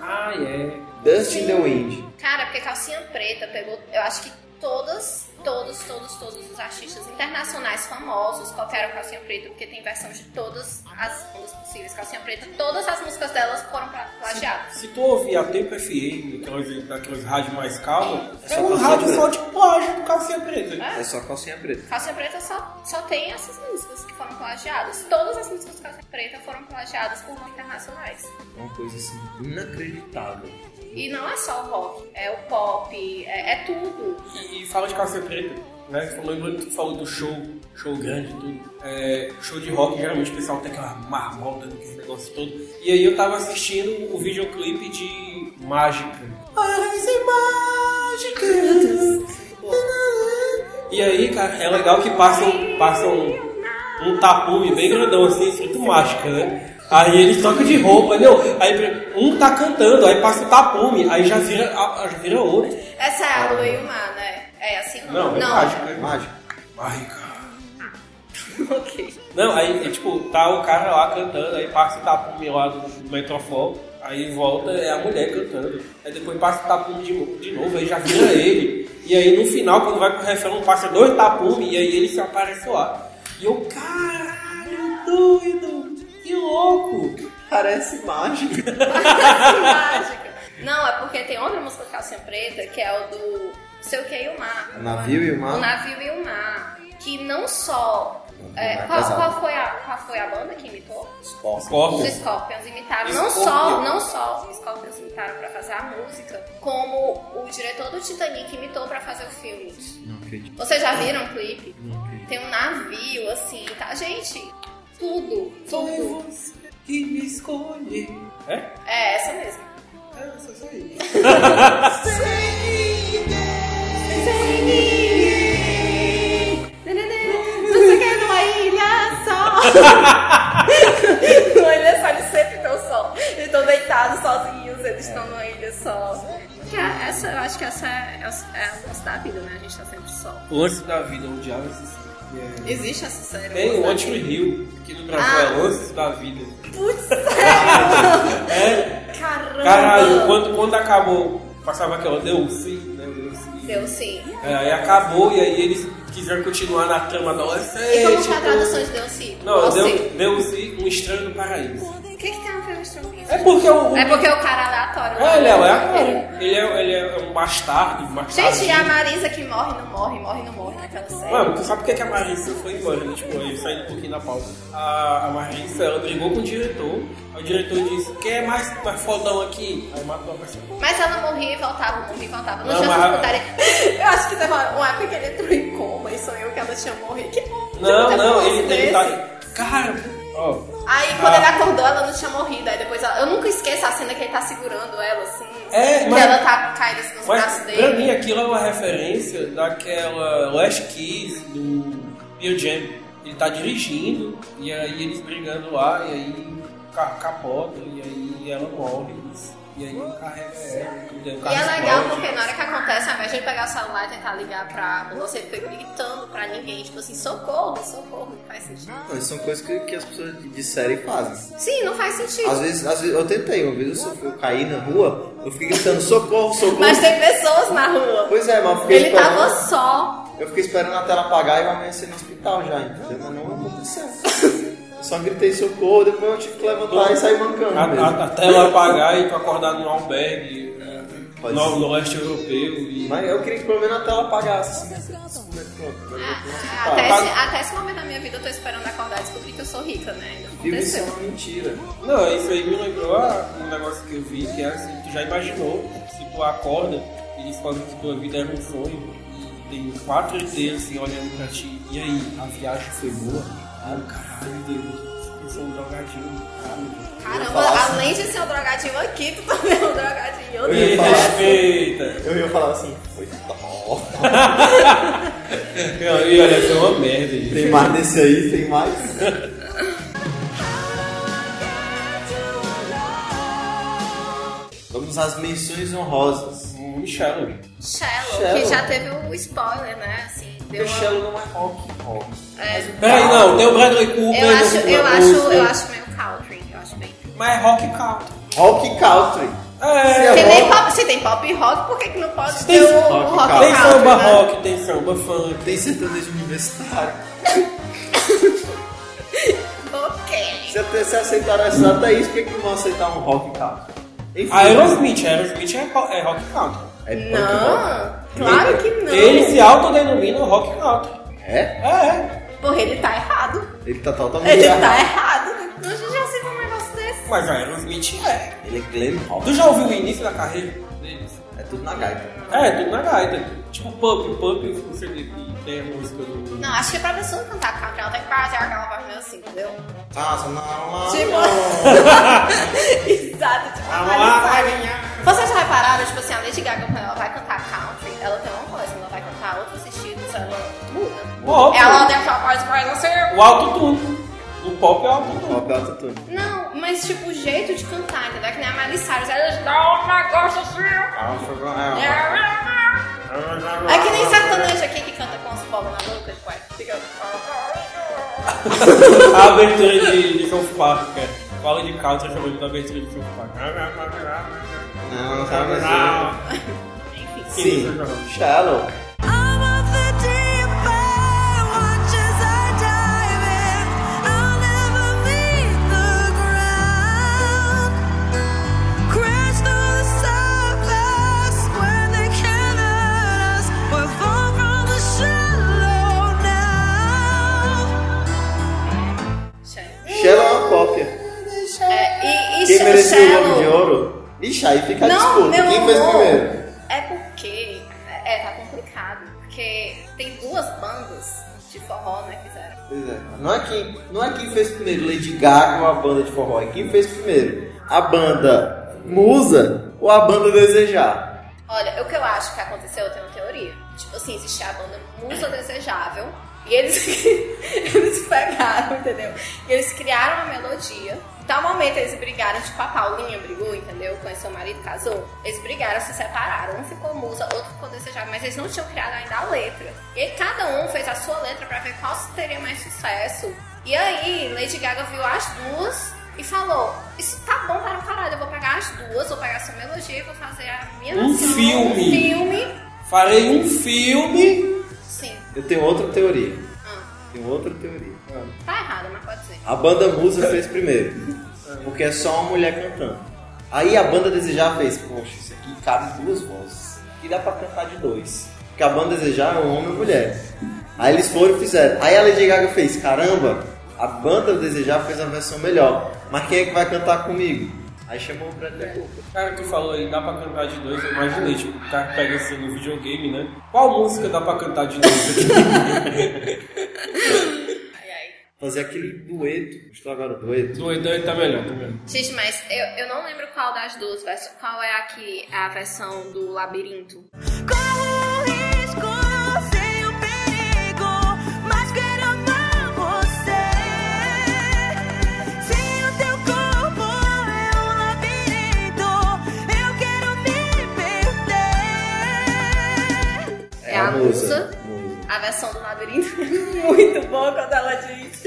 [SPEAKER 4] Ah, é.
[SPEAKER 3] Dust in the Wind.
[SPEAKER 5] Cara, porque Calcinha Preta pegou, eu acho que todas, todos, todos, todos os artistas internacionais famosos copiaram Calcinha Preta, porque tem versão de todas as bandas possíveis. Calcinha Preta, todas as músicas delas foram pra- plagiadas.
[SPEAKER 4] Se tu ouvir a Tempo FM, aquelas, aquelas rádios mais calmas,
[SPEAKER 3] É
[SPEAKER 4] é,
[SPEAKER 3] só
[SPEAKER 4] um
[SPEAKER 3] calcinha
[SPEAKER 4] rádio
[SPEAKER 3] preta.
[SPEAKER 4] só de plágio do calcinha preta.
[SPEAKER 3] É só calcinha preta.
[SPEAKER 5] Calcinha Preta só, só tem essas músicas que foram plagiadas. Todas as músicas de Calcinha Preta foram plagiadas por bandas internacionais.
[SPEAKER 3] Uma coisa assim, inacreditável. Tipo,
[SPEAKER 5] E não é só o rock, é o pop, é, é tudo.
[SPEAKER 4] E, e fala de calcinha preta, né? Falou- Lembrando que tu falou do show, show grande e tudo. É, show de rock, geralmente o pessoal tem aquela marmota, aquele negócio todo. E aí eu tava assistindo o videoclipe de Mágica. As mágicas. E aí, cara, é legal que passam, passam um tapume bem grandão assim, escrito mágica, né? Aí eles trocam de roupa, não. Aí um tá cantando, aí passa o tapume, aí já vira, a- já vira outro.
[SPEAKER 5] Essa é a Lua e o Mar, né? É assim o
[SPEAKER 4] Não,
[SPEAKER 5] nome?
[SPEAKER 4] é mágica.
[SPEAKER 3] É
[SPEAKER 4] é
[SPEAKER 3] mágico.
[SPEAKER 4] Mágica.
[SPEAKER 5] ok.
[SPEAKER 4] Não, aí, é, tipo, tá o cara lá cantando, aí passa o tapume lá do, do metrofone, aí volta, é a mulher cantando. Aí depois passa o tapume de, mo- de novo, aí já vira ele. E aí no final, quando vai pro refrão, passa dois tapumes e aí ele se aparece lá. E eu, caralho, doido, que louco.
[SPEAKER 3] Parece mágico.
[SPEAKER 5] mágica. Não, é porque tem outra música do Calcinha Preta que é o do não sei o que É e o mar.
[SPEAKER 3] O navio e o mar?
[SPEAKER 5] O navio e o mar. Que não só.
[SPEAKER 3] É
[SPEAKER 5] é, qual,
[SPEAKER 3] pesado.
[SPEAKER 5] qual foi a, qual foi a banda que imitou? Os
[SPEAKER 4] Scorpion.
[SPEAKER 5] Scorpions imitaram. Não
[SPEAKER 4] Scorpion.
[SPEAKER 5] só, não só os Scorpions imitaram pra fazer a música, como o diretor do Titanic imitou pra fazer o filme.
[SPEAKER 3] Não acredito.
[SPEAKER 5] Vocês já viram o clipe? Tem um navio assim, tá? Gente, tudo, tudo.
[SPEAKER 4] você que me escolhe. É?
[SPEAKER 5] É essa mesmo.
[SPEAKER 4] É, isso aí.
[SPEAKER 5] Você quer numa ilha só? numa ilha só, eles sempre estão só. Eles estão deitados sozinhos, eles estão numa ilha só. Que é- Essa, eu acho que essa é, é o lance da vida, né? A gente tá sempre só.
[SPEAKER 4] O lance da vida, eu odiava esse filme. É...
[SPEAKER 5] Existe essa série?
[SPEAKER 4] Tem um o
[SPEAKER 5] né?
[SPEAKER 4] Outro Rio, aqui no Brasil
[SPEAKER 5] Ah.
[SPEAKER 4] é Lances da Vida. É?
[SPEAKER 5] Putz, sério? Caramba!
[SPEAKER 4] Caralho, quando, quando acabou, passava aquela deu sim, né? Deu sim.
[SPEAKER 5] Deu sim.
[SPEAKER 4] É, aí acabou e aí eles quiseram continuar na trama
[SPEAKER 5] E como
[SPEAKER 4] adolescente.
[SPEAKER 5] que é a tradução de Deu sim?
[SPEAKER 4] tipo, Não,
[SPEAKER 5] Deu
[SPEAKER 4] deu, deu sim, um estranho no paraíso.
[SPEAKER 5] que, que tem um filme Strong
[SPEAKER 4] É porque o. o-
[SPEAKER 5] É porque é o cara aleatório.
[SPEAKER 4] É, ele é
[SPEAKER 5] lá.
[SPEAKER 4] aleatório. Ele é, ele é um bastardo, bastardo.
[SPEAKER 5] Gente, e a Marisa que morre, não morre, morre, não morre naquela série.
[SPEAKER 4] Mano, tu sabe por que que a Marissa foi embora, né? Tipo, aí saindo um pouquinho da pauta. A, a Marissa, ela brigou com o diretor. aí O diretor disse, quer mais, mais fodão aqui? Aí matou a pessoa.
[SPEAKER 5] Mas ela morria e voltava, morria e voltava. Não,
[SPEAKER 4] Não,
[SPEAKER 5] tinha
[SPEAKER 4] mas-
[SPEAKER 5] essas putaria. Eu acho que teve uma uma época que ele entrou em coma e sonhou que ela tinha morrido. Que bom.
[SPEAKER 4] Não, não,
[SPEAKER 5] que negócio
[SPEAKER 4] ele, ele
[SPEAKER 5] desse.
[SPEAKER 4] tá... Cara, ó...
[SPEAKER 5] Aí quando
[SPEAKER 4] Ah.
[SPEAKER 5] ele acordou, ela não tinha morrido. Aí depois ela... Eu nunca esqueço a cena que ele tá segurando ela, assim.
[SPEAKER 4] É,
[SPEAKER 5] que
[SPEAKER 4] mas-
[SPEAKER 5] ela tá caindo assim, nos
[SPEAKER 4] Mas
[SPEAKER 5] braços
[SPEAKER 4] pra
[SPEAKER 5] dele.
[SPEAKER 4] mim aquilo é uma referência daquela Last Kiss do Bill Jam. Ele tá dirigindo e aí eles brigando lá e aí ca- capota e aí ela morre. E aí carrega ela. E aí o
[SPEAKER 5] E
[SPEAKER 4] carro
[SPEAKER 5] é legal
[SPEAKER 4] explode.
[SPEAKER 5] porque na hora que acontece, ao invés de ele pegar o celular e tentar ligar pra você, ele fica gritando pra ninguém, tipo assim, socorro, socorro, não faz sentido.
[SPEAKER 3] Não, isso são coisas que, que as pessoas de- de série fazem.
[SPEAKER 5] Sim, não faz sentido.
[SPEAKER 3] Às vezes, às vezes eu tentei, uma vez eu, sofri, eu caí na rua, eu fiquei gritando socorro, socorro.
[SPEAKER 5] Mas tem pessoas na rua.
[SPEAKER 3] Pois é, mas eu fiquei
[SPEAKER 5] Ele tá
[SPEAKER 3] esperando.
[SPEAKER 5] tava só.
[SPEAKER 3] Eu fiquei esperando a tela apagar e eu amanheci no hospital já, entendeu? Mas não aconteceu. Eu só gritei socorro, depois eu tive que levantar e sair mancando.
[SPEAKER 4] A-
[SPEAKER 3] mesmo.
[SPEAKER 4] a- Até ela apagar e tu acordar num albergue né,
[SPEAKER 3] Pode
[SPEAKER 4] no,
[SPEAKER 3] ser.
[SPEAKER 4] no leste europeu. E...
[SPEAKER 3] Mas eu queria que pelo menos a tela apagasse. assim, assim, Pronto, eu vou pro hospital.
[SPEAKER 5] Até
[SPEAKER 4] tá.
[SPEAKER 5] esse, até esse momento da minha vida eu tô esperando acordar e descobrir que eu sou rica, né? Ainda não
[SPEAKER 3] E isso é
[SPEAKER 5] aconteceu.
[SPEAKER 3] uma mentira.
[SPEAKER 4] Não, isso aí me lembrou ah, um negócio que eu vi, que é assim, tu já imaginou, se tu acorda e descobre que tua vida era um sonho, e tem quatro inteiros assim olhando pra ti, e aí, a viagem foi boa? Ah, caralho, Deus, eu sou um drogadinho, caralho.
[SPEAKER 5] Caramba,
[SPEAKER 3] assim?
[SPEAKER 5] além de ser um drogadinho aqui, tu também é um drogadinho em
[SPEAKER 3] Eu
[SPEAKER 5] outro
[SPEAKER 4] Me
[SPEAKER 3] ia falar
[SPEAKER 5] lugar.
[SPEAKER 3] assim.
[SPEAKER 4] respeita!
[SPEAKER 3] Eu ia falar assim, foi top.
[SPEAKER 4] Não, E olha, foi uma merda, gente.
[SPEAKER 3] Tem mais desse aí, tem mais. Vamos às menções honrosas.
[SPEAKER 4] Um Michel, né?
[SPEAKER 5] Shallow,
[SPEAKER 3] Shallow.
[SPEAKER 5] que já teve o spoiler, né? Assim, deu uma...
[SPEAKER 3] Michelle não é rock rock.
[SPEAKER 5] É,
[SPEAKER 4] Peraí, não, tem o Bradley Cooper. né,
[SPEAKER 5] eu acho,
[SPEAKER 3] assim,
[SPEAKER 4] no-
[SPEAKER 5] eu
[SPEAKER 4] no-
[SPEAKER 5] acho, eu acho meio country, eu acho bem.
[SPEAKER 4] Mas é rock country.
[SPEAKER 3] Rock country.
[SPEAKER 4] É,
[SPEAKER 5] Se
[SPEAKER 3] É
[SPEAKER 5] tem,
[SPEAKER 3] rock.
[SPEAKER 5] pop, se tem pop rock, por que, que não pode
[SPEAKER 4] tem
[SPEAKER 5] ter um,
[SPEAKER 4] rock,
[SPEAKER 5] um rock
[SPEAKER 3] country.
[SPEAKER 4] tem
[SPEAKER 5] country,
[SPEAKER 4] samba
[SPEAKER 5] né?
[SPEAKER 4] rock, tem samba funk.
[SPEAKER 3] Tem sertanejo universitário.
[SPEAKER 5] Ok.
[SPEAKER 3] Se até se aceitaram essa até isso, por que, que não vão aceitar um rock country? Enfim,
[SPEAKER 4] A Ah, Aerosmith, a Aerosmith é, ro- é rock country.
[SPEAKER 3] É punk rock.
[SPEAKER 5] Não, claro que não.
[SPEAKER 4] Ele se autodenominam rock country.
[SPEAKER 3] É?
[SPEAKER 4] É,
[SPEAKER 5] Porra, ele tá errado.
[SPEAKER 3] Ele tá totalmente
[SPEAKER 5] Ele
[SPEAKER 3] errado.
[SPEAKER 5] tá errado. A gente já sei um negócio desse.
[SPEAKER 4] mas a Aerosmith é.
[SPEAKER 3] Ele é glam rock.
[SPEAKER 4] Tu já ouviu o início da carreira deles?
[SPEAKER 3] É tudo na gaita.
[SPEAKER 4] É, tudo na gaita. Tipo Pump, Pump, não sei o que tem a música do...
[SPEAKER 5] Não, acho que é pra pessoa cantar country, ela tem que fazer aquela voz meio assim, entendeu?
[SPEAKER 3] Nossa, não,
[SPEAKER 5] Tipo, exato, tipo,
[SPEAKER 4] Ah,
[SPEAKER 5] vai
[SPEAKER 4] lá,
[SPEAKER 5] sabe?
[SPEAKER 4] vai ganhar.
[SPEAKER 5] Vocês já repararam, tipo assim, a Lady Gaga, quando ela vai cantar country, ela tem uma voz, quando ela vai cantar outros estilos, ela muda.
[SPEAKER 4] Pop.
[SPEAKER 5] Ela tem aquela voz mais assim.
[SPEAKER 4] O autotune. O pop é autotune.
[SPEAKER 3] Rock autotune.
[SPEAKER 5] Não, mas tipo, o jeito de cantar, entendeu? É Que nem a Miley Cyrus, ela dá um negócio assim.
[SPEAKER 3] Ah.
[SPEAKER 5] É que nem sertanejo aqui que canta com os povos na boca, tipo, aí fica...
[SPEAKER 4] A abertura de, de South Park, cara. Fala de country, chama ele da abertura de South Park.
[SPEAKER 3] Não, não sabe mais.
[SPEAKER 5] Enfim.
[SPEAKER 3] Sim, shallow.
[SPEAKER 5] Shallow.
[SPEAKER 3] Shallow é uma cópia.
[SPEAKER 5] É, e, e
[SPEAKER 3] Quem
[SPEAKER 5] Sha-
[SPEAKER 3] mereceu o
[SPEAKER 5] Shallow-
[SPEAKER 3] Globo de Ouro? Ixi, aí fica a
[SPEAKER 5] Não,
[SPEAKER 3] disputa.
[SPEAKER 5] meu
[SPEAKER 3] Quem fez
[SPEAKER 5] amor,
[SPEAKER 3] primeiro?
[SPEAKER 5] É porque. É, tá complicado. Porque tem duas bandas de forró, né? que Fizeram.
[SPEAKER 3] Pois é. Não é, quem, não é quem fez primeiro Lady Gaga ou a banda de forró, é quem fez primeiro a banda Musa ou a banda Desejar.
[SPEAKER 5] Olha, o que eu acho que aconteceu, eu tenho uma teoria. Tipo assim, existia a banda Musa Desejável. E eles, eles pegaram, entendeu? E eles criaram uma melodia. Em tal momento eles brigaram, tipo, a Paulinha brigou, entendeu? Com seu marido, casou. Eles brigaram, se separaram. Um ficou musa, outro ficou desejável. Mas eles não tinham criado ainda a letra. E aí cada um fez a sua letra pra ver qual teria mais sucesso. E aí, Lady Gaga viu as duas e falou: Isso tá bom para um caralho, eu vou pegar as duas, vou pegar essa melodia e vou fazer a minha
[SPEAKER 4] Um
[SPEAKER 5] versão, Um
[SPEAKER 4] filme.
[SPEAKER 5] filme.
[SPEAKER 4] Farei um filme.
[SPEAKER 5] Sim.
[SPEAKER 3] Eu tenho outra teoria.
[SPEAKER 5] Ah,
[SPEAKER 3] Tenho outra teoria. Ah.
[SPEAKER 5] tá errado, mas pode ser.
[SPEAKER 3] A banda Musa fez primeiro. porque é só uma mulher cantando. Aí a banda Desejar fez, poxa, isso aqui cabe duas vozes, e dá pra cantar de dois. Porque a banda Desejar é um homem e mulher. Aí eles foram e fizeram. Aí a Lady Gaga fez, caramba, a banda Desejar fez a versão melhor, mas quem é que vai cantar comigo? Aí chamou o Bradley Cooper.
[SPEAKER 4] Cara, tu falou aí, dá pra cantar de dois, eu imaginei, tipo, o cara que pega assim no videogame, né? Qual música dá pra cantar de dois?
[SPEAKER 5] Ai, ai.
[SPEAKER 3] Fazer aquele dueto, mostrou agora o dueto.
[SPEAKER 4] Doido aí tá melhor, tá melhor.
[SPEAKER 5] Gente, mas eu, eu não lembro qual das duas, vers- qual é a, que, a versão do labirinto.
[SPEAKER 10] Corro risco, sei o perigo, mas quero amar você. Sem o teu corpo é um labirinto, eu quero me perder.
[SPEAKER 5] É a Musa. A versão do labirinto é muito boa quando ela diz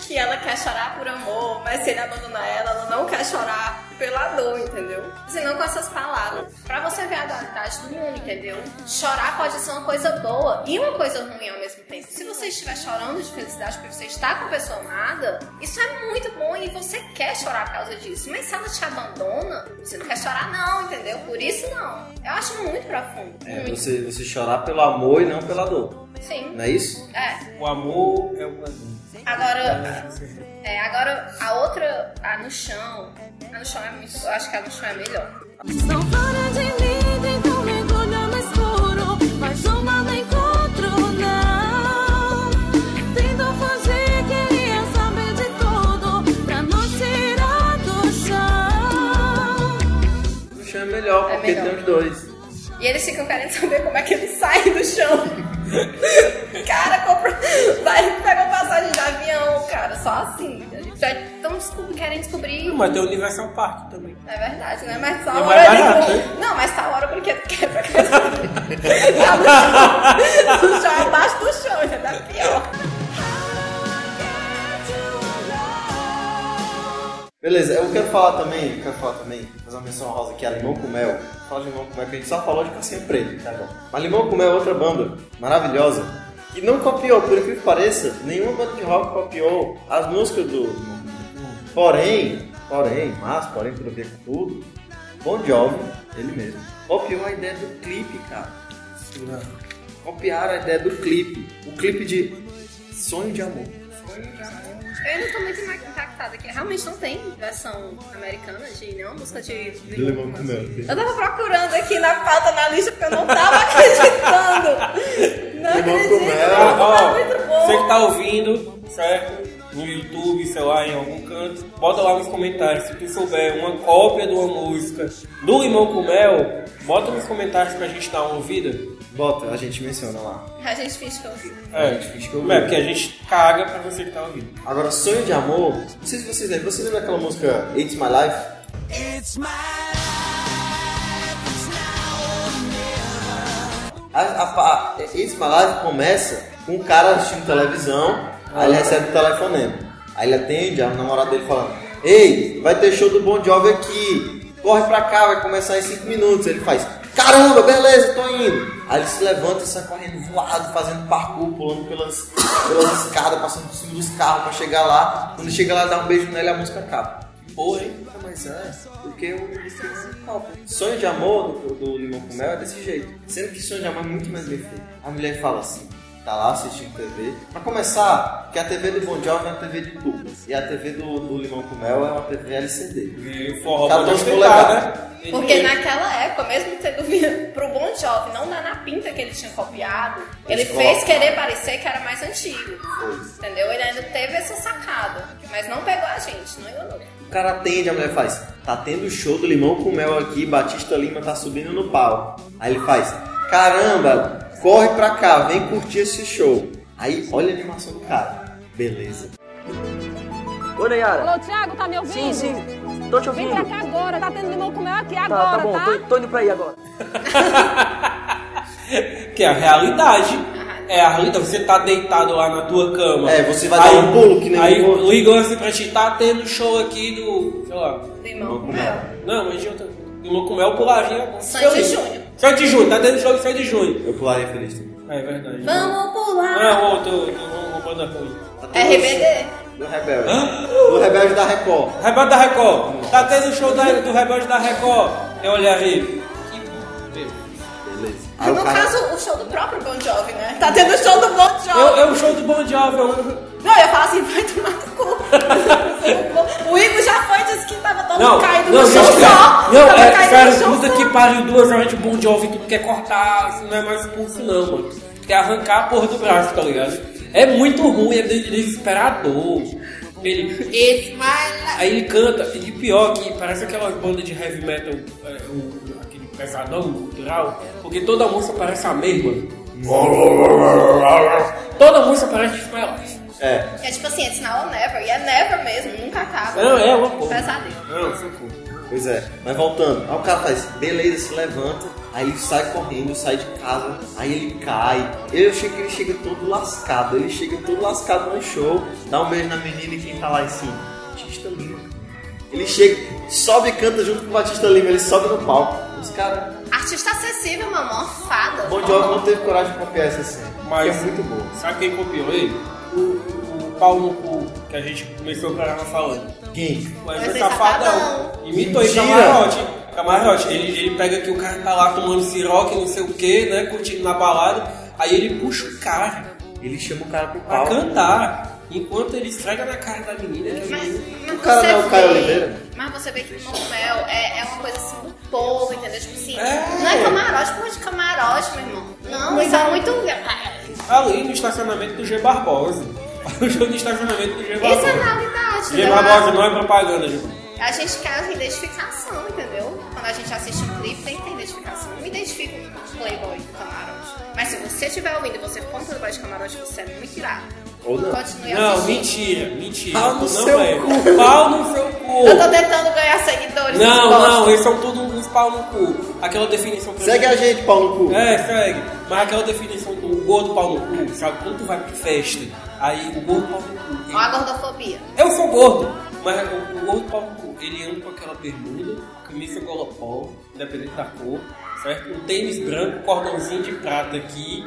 [SPEAKER 5] que ela quer chorar por amor, mas se ele abandonar ela, ela não quer chorar pela dor, entendeu? Senão com essas palavras. Pra você ver a dualidade do mundo, entendeu? Chorar pode ser uma coisa boa e uma coisa ruim ao mesmo tempo. Se você estiver chorando de felicidade porque você está com a pessoa amada, isso é muito bom e você quer chorar por causa disso. Mas se ela te abandona, você não quer chorar não, entendeu? Por isso não. Eu acho muito profundo.
[SPEAKER 3] É,
[SPEAKER 5] muito.
[SPEAKER 3] você, você chorar pelo amor e não pela dor.
[SPEAKER 5] Sim.
[SPEAKER 4] Né?
[SPEAKER 3] Não é isso?
[SPEAKER 5] É.
[SPEAKER 4] O amor é o azul.
[SPEAKER 3] Ah,
[SPEAKER 5] Agora, é, agora a outra, a no chão, a no chão é muito, eu acho que a no chão é melhor.
[SPEAKER 10] Não para de mim, então mergulha no escuro. Mais uma não encontro, não. Tento fugir, queria saber de tudo. Pra nos tirar do chão.
[SPEAKER 3] O chão é melhor,
[SPEAKER 5] É
[SPEAKER 3] porque
[SPEAKER 5] melhor.
[SPEAKER 3] tem os dois.
[SPEAKER 5] E eles ficam querendo saber como é que ele sai do chão. cara, compra, vai pega passagem de avião, cara, só assim. A gente já estão querem descobrir.
[SPEAKER 4] Mas tem o Universal Park também.
[SPEAKER 5] É verdade, né? Mas tá
[SPEAKER 4] É
[SPEAKER 5] hora.
[SPEAKER 4] mais barato,
[SPEAKER 5] ele-
[SPEAKER 4] né?
[SPEAKER 5] Não, mas tá hora porque tu quer pra casa. Tá no chão. No chão, abaixo do chão, já tá pior.
[SPEAKER 3] Beleza, eu quero falar também, eu quero falar também, fazer uma menção rosa que é Limão com Mel. Fala de Limão com Mel, que a gente só falou de Cassinha Preta, tá bom. Mas Limão com Mel é outra banda maravilhosa, que não copiou, por incrível que pareça, nenhuma banda de rock copiou as músicas do Limão com Mel. Porém, porém, mas, porém, tudo a ver com tudo, Bon Jovi, ele mesmo, copiou a ideia do clipe, cara. Copiaram a ideia do clipe. O clipe de Sonho de Amor. Sonho de Amor.
[SPEAKER 5] Eu ainda tô muito impactada que realmente não tem versão americana de nenhuma música de de-
[SPEAKER 3] Limão com Mel.
[SPEAKER 5] Eu tava procurando aqui na pauta, na lista, porque eu não tava acreditando. Não
[SPEAKER 3] Limão com mel.
[SPEAKER 5] acredito, não, tá
[SPEAKER 4] Ah, Ó,
[SPEAKER 5] muito
[SPEAKER 4] Você que
[SPEAKER 5] bom.
[SPEAKER 4] tá ouvindo, certo? No YouTube, sei lá, em algum canto, bota lá nos comentários. Se tu souber uma cópia de uma música do Limão com Mel, bota nos comentários pra gente dar uma ouvida.
[SPEAKER 3] Bota, a gente menciona lá.
[SPEAKER 5] A gente finge que eu vi.
[SPEAKER 4] É,
[SPEAKER 3] finge que eu
[SPEAKER 4] é
[SPEAKER 3] vi.
[SPEAKER 4] porque a gente caga pra você que tá ouvindo.
[SPEAKER 3] Agora, Sonho de Amor, não sei se vocês lembram, você lembra aquela música It's My Life?
[SPEAKER 10] It's my life, it's now or
[SPEAKER 3] A, a- a- It's My Life começa com um cara assistindo televisão, aí ele recebe um telefonema. Aí ele atende, a namorada dele falando, Ei, vai ter show do Bon Jovi aqui, corre pra cá, vai começar em 5 minutos. Ele faz, caramba, beleza, tô indo. Aí ele se levanta e sai correndo voado, fazendo parkour, pulando pelas, pelas escadas, passando por cima dos carros pra chegar lá. Quando chega lá, dá um beijo nela e a música acaba. Porra, hein? Ah, mas é, porque eu Sonho de amor do, do Limão com Mel é desse jeito. Sendo que sonho de amor é muito mais bem feito. A mulher fala assim, tá lá assistindo TV. Pra começar, que a TV do Bon Jovi é uma TV de tubo. E a TV do, do Limão com Mel é uma TV LCD.
[SPEAKER 4] E o forró
[SPEAKER 3] 14
[SPEAKER 4] pode
[SPEAKER 3] polegadas.
[SPEAKER 4] né? Ele-
[SPEAKER 5] Porque
[SPEAKER 4] ele-
[SPEAKER 5] naquela época, mesmo tendo vindo pro Bon Jovi, não dá na pinta que ele tinha copiado, ele
[SPEAKER 3] Eles
[SPEAKER 5] fez
[SPEAKER 3] colocam.
[SPEAKER 5] querer parecer que era mais antigo.
[SPEAKER 3] Foi.
[SPEAKER 5] Entendeu? Ele ainda teve essa sacada, mas não pegou a gente, não enganou.
[SPEAKER 3] O cara atende, a mulher faz, tá tendo show do Limão com Mel aqui, Batista Lima tá subindo no pau. Aí ele faz, caramba, corre pra cá, vem curtir esse show. Aí olha a animação do cara. Beleza.
[SPEAKER 2] Ô, Nayara,
[SPEAKER 8] Alô, Thiago, tá me
[SPEAKER 2] sim,
[SPEAKER 8] ouvindo?
[SPEAKER 2] sim, tô te
[SPEAKER 8] Vem
[SPEAKER 2] ouvindo.
[SPEAKER 8] pra cá agora, tá tendo limão com mel aqui
[SPEAKER 2] Tá, tá
[SPEAKER 8] agora,
[SPEAKER 2] bom,
[SPEAKER 8] tá?
[SPEAKER 2] Tô, tô indo pra aí agora.
[SPEAKER 4] Que é a realidade. É a realidade. Você tá deitado lá na tua cama.
[SPEAKER 3] É, você vai dar um pulo que nem
[SPEAKER 4] Aí
[SPEAKER 3] um outro.
[SPEAKER 4] ligam assim pra ti, tá tendo show aqui do. sei lá.
[SPEAKER 5] Limão com
[SPEAKER 3] com
[SPEAKER 5] mel.
[SPEAKER 4] Não, mas de outra. Do Locumel pularia.
[SPEAKER 5] Sandy Júnior.
[SPEAKER 4] Sandy Júnior, tá tendo jogo de Sandy Júnior.
[SPEAKER 3] Eu pularia feliz também.
[SPEAKER 4] É verdade.
[SPEAKER 5] Vamos pular!
[SPEAKER 3] Tá
[SPEAKER 5] É
[SPEAKER 4] Ah, outro, roubando a coisa.
[SPEAKER 5] RBD.
[SPEAKER 3] Do Rebelde.
[SPEAKER 4] Hã?
[SPEAKER 3] Do Rebelde da Record.
[SPEAKER 4] Rebelde da Record. Tá tendo o show da- do Rebelde da Record. Eu olhei aí. Que bom, meu. Ah,
[SPEAKER 3] Aí
[SPEAKER 5] no
[SPEAKER 3] o cara...
[SPEAKER 5] caso, o show do próprio Bon Jovi, né? Tá tendo o show do Bon Jovi.
[SPEAKER 4] Eu, eu, o show do Bon Jovi. eu-
[SPEAKER 5] Não, eu ia falar assim, vai tomar no cu. o Igor já foi, disse que tava todo
[SPEAKER 4] Não,
[SPEAKER 5] caído
[SPEAKER 4] não,
[SPEAKER 5] no chão
[SPEAKER 4] gente,
[SPEAKER 5] só.
[SPEAKER 4] não,
[SPEAKER 5] tava
[SPEAKER 4] é,
[SPEAKER 5] caído
[SPEAKER 4] cara,
[SPEAKER 5] no chão
[SPEAKER 4] puta
[SPEAKER 5] só.
[SPEAKER 4] que pariu, duas horas de Bon Jovi, tu quer cortar, isso não é mais curso não, mano. Tu quer arrancar a porra do braço, tá ligado? É muito ruim, é des- desesperador. Ele, It's my life. Aí ele canta, e pior que parece aquela banda de heavy metal, é, o- aquele pesadão cultural, porque toda música parece a mesma. Toda música parece tipo, It's My Life.
[SPEAKER 3] É.
[SPEAKER 5] É tipo assim, it's now or never. E é never mesmo, nunca acaba.
[SPEAKER 4] Não, é uma porra.
[SPEAKER 5] Pesadelo.
[SPEAKER 4] Não, socorro.
[SPEAKER 3] Pois é. Mas voltando. Aí o cara faz, beleza, se levanta. Aí ele sai correndo, sai de casa. Aí ele cai. Eu achei que ele chega todo lascado. Ele chega todo lascado no show. Dá um beijo na menina e quem tá lá em cima. Batista Lima. Ele chega, sobe e canta junto com o Batista Lima. Ele sobe no palco. Os caras...
[SPEAKER 5] Artista acessível, uma morfada.
[SPEAKER 3] Bon Jovi não teve coragem de copiar essa cena.
[SPEAKER 4] Mas-
[SPEAKER 3] que é muito boa.
[SPEAKER 4] Sabe quem copiou ele? O, o, o pau no cu que a gente começou o programa falando.
[SPEAKER 3] Quem?
[SPEAKER 4] O Wesley
[SPEAKER 5] Wesley
[SPEAKER 4] Safadão.
[SPEAKER 5] Safadão.
[SPEAKER 4] Imitou ele,
[SPEAKER 3] Mentira.
[SPEAKER 4] camarote. Camarote. Ele, ele pega que o cara tá lá tomando siroque, não sei o que, né? Curtindo na balada. Aí ele puxa o cara
[SPEAKER 3] Ele chama o cara pro
[SPEAKER 4] pra
[SPEAKER 3] palco.
[SPEAKER 4] cantar. Enquanto ele esfrega na cara da menina. Que a
[SPEAKER 5] Mas,
[SPEAKER 4] menina-
[SPEAKER 5] mas
[SPEAKER 3] O cara
[SPEAKER 5] você
[SPEAKER 3] não é o Caio
[SPEAKER 5] vê-
[SPEAKER 3] Oliveira?
[SPEAKER 5] Mas você vê que o Mel é, é uma coisa assim do povo, entendeu? Tipo assim,
[SPEAKER 4] É.
[SPEAKER 5] não é camarote, porra de camarote, meu irmão. Não, isso é muito. Isso
[SPEAKER 4] Ali no estacionamento do G Barbosa. O jogo de estacionamento do G
[SPEAKER 5] é
[SPEAKER 4] Barbosa.
[SPEAKER 5] realidade,
[SPEAKER 4] G
[SPEAKER 5] né?
[SPEAKER 4] Barbosa não é propaganda, gente.
[SPEAKER 5] A gente quer identificação, entendeu? Quando a gente assiste um clipe, tem que ter identificação. Eu me identifico com o Playboy do Camarote. Mas se você estiver ouvindo e você for um Playboy de Camarote, você é muito irado.
[SPEAKER 3] Ou não.
[SPEAKER 5] Continue
[SPEAKER 4] Não,
[SPEAKER 5] assistindo.
[SPEAKER 4] mentira, mentira.
[SPEAKER 3] Pau no
[SPEAKER 4] não
[SPEAKER 3] seu
[SPEAKER 4] é.
[SPEAKER 3] cu.
[SPEAKER 4] Pau no seu cu.
[SPEAKER 5] Eu tô tentando ganhar seguidores.
[SPEAKER 3] é um
[SPEAKER 4] Não,
[SPEAKER 5] gosto.
[SPEAKER 4] não, eles são todos uns pau no cu. Aquela definição que eu-
[SPEAKER 3] Segue a gente, pau no cu.
[SPEAKER 4] É, segue. Mas aquela definição do gordo pau no cu, sabe? Quando tu vai pra festa, aí o gordo pau no cu.
[SPEAKER 5] Ó a
[SPEAKER 4] ele-
[SPEAKER 5] gordofobia.
[SPEAKER 4] Eu sou gordo, mas o, o gordo pau no cu, ele anda com aquela bermuda, camisa golopó, independente da cor, certo? Um tênis branco, cordãozinho de prata aqui.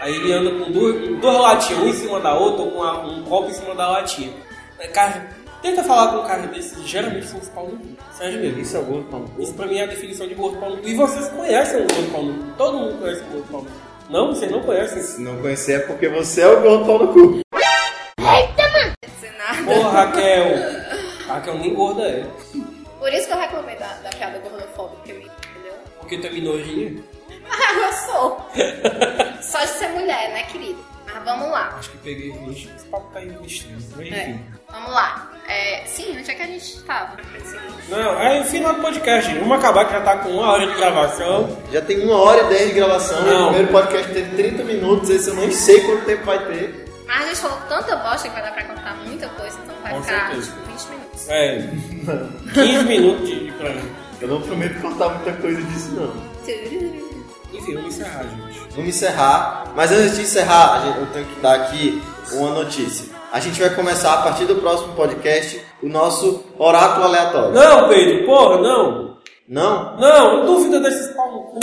[SPEAKER 4] Aí ele anda com duas, com duas latinhas, um em cima da outra, ou com a- um copo em cima da latinha. Aí, Cara, tenta falar com um cara desse, geralmente são os pau no cu. Sério mesmo.
[SPEAKER 3] Isso é o gordo, pau no cu.
[SPEAKER 4] Isso pra mim é a definição de gordo pau no cu. E vocês conhecem o gordo pau no cu. Todo mundo conhece o gordo pau no cu. Não, vocês não conhecem.
[SPEAKER 3] Se não conhecer é porque você é o gordo, pau no cu.
[SPEAKER 5] Sem nada.
[SPEAKER 4] Porra, Raquel. Raquel nem gorda é.
[SPEAKER 5] Por isso que eu reclamei da, da piada gordofóbica, entendeu?
[SPEAKER 4] Porque tu é minoria.
[SPEAKER 5] Ah, eu sou. Só de ser mulher, né, querido? Mas vamos lá.
[SPEAKER 4] Acho que peguei bicho. Esse papo tá investindo. Mas
[SPEAKER 5] É,
[SPEAKER 4] enfim.
[SPEAKER 5] vamos lá. É, sim, onde é que a gente tava? Sim.
[SPEAKER 4] Não, é o final do podcast. gente. Vamos acabar que já tá com uma hora de gravação.
[SPEAKER 3] Já tem uma hora e dez de gravação. né?
[SPEAKER 4] Não.
[SPEAKER 3] O primeiro podcast teve 30 minutos. Esse eu nem sei quanto tempo vai ter.
[SPEAKER 5] Mas a gente falou tanta bosta que vai dar pra contar muita coisa, então vai
[SPEAKER 4] Com
[SPEAKER 5] ficar
[SPEAKER 4] certeza.
[SPEAKER 5] tipo 20 minutos.
[SPEAKER 4] É. 15 minutos de programa.
[SPEAKER 3] Eu não prometo contar muita coisa disso, não.
[SPEAKER 4] Enfim, vamos encerrar, gente.
[SPEAKER 3] Vamos encerrar. Mas antes de encerrar, a gente- eu tenho que dar aqui uma notícia. A gente vai começar, a partir do próximo podcast, o nosso oráculo aleatório.
[SPEAKER 4] Não, Pedro, porra, não.
[SPEAKER 3] Não?
[SPEAKER 4] Não, dúvida desses pau no cu.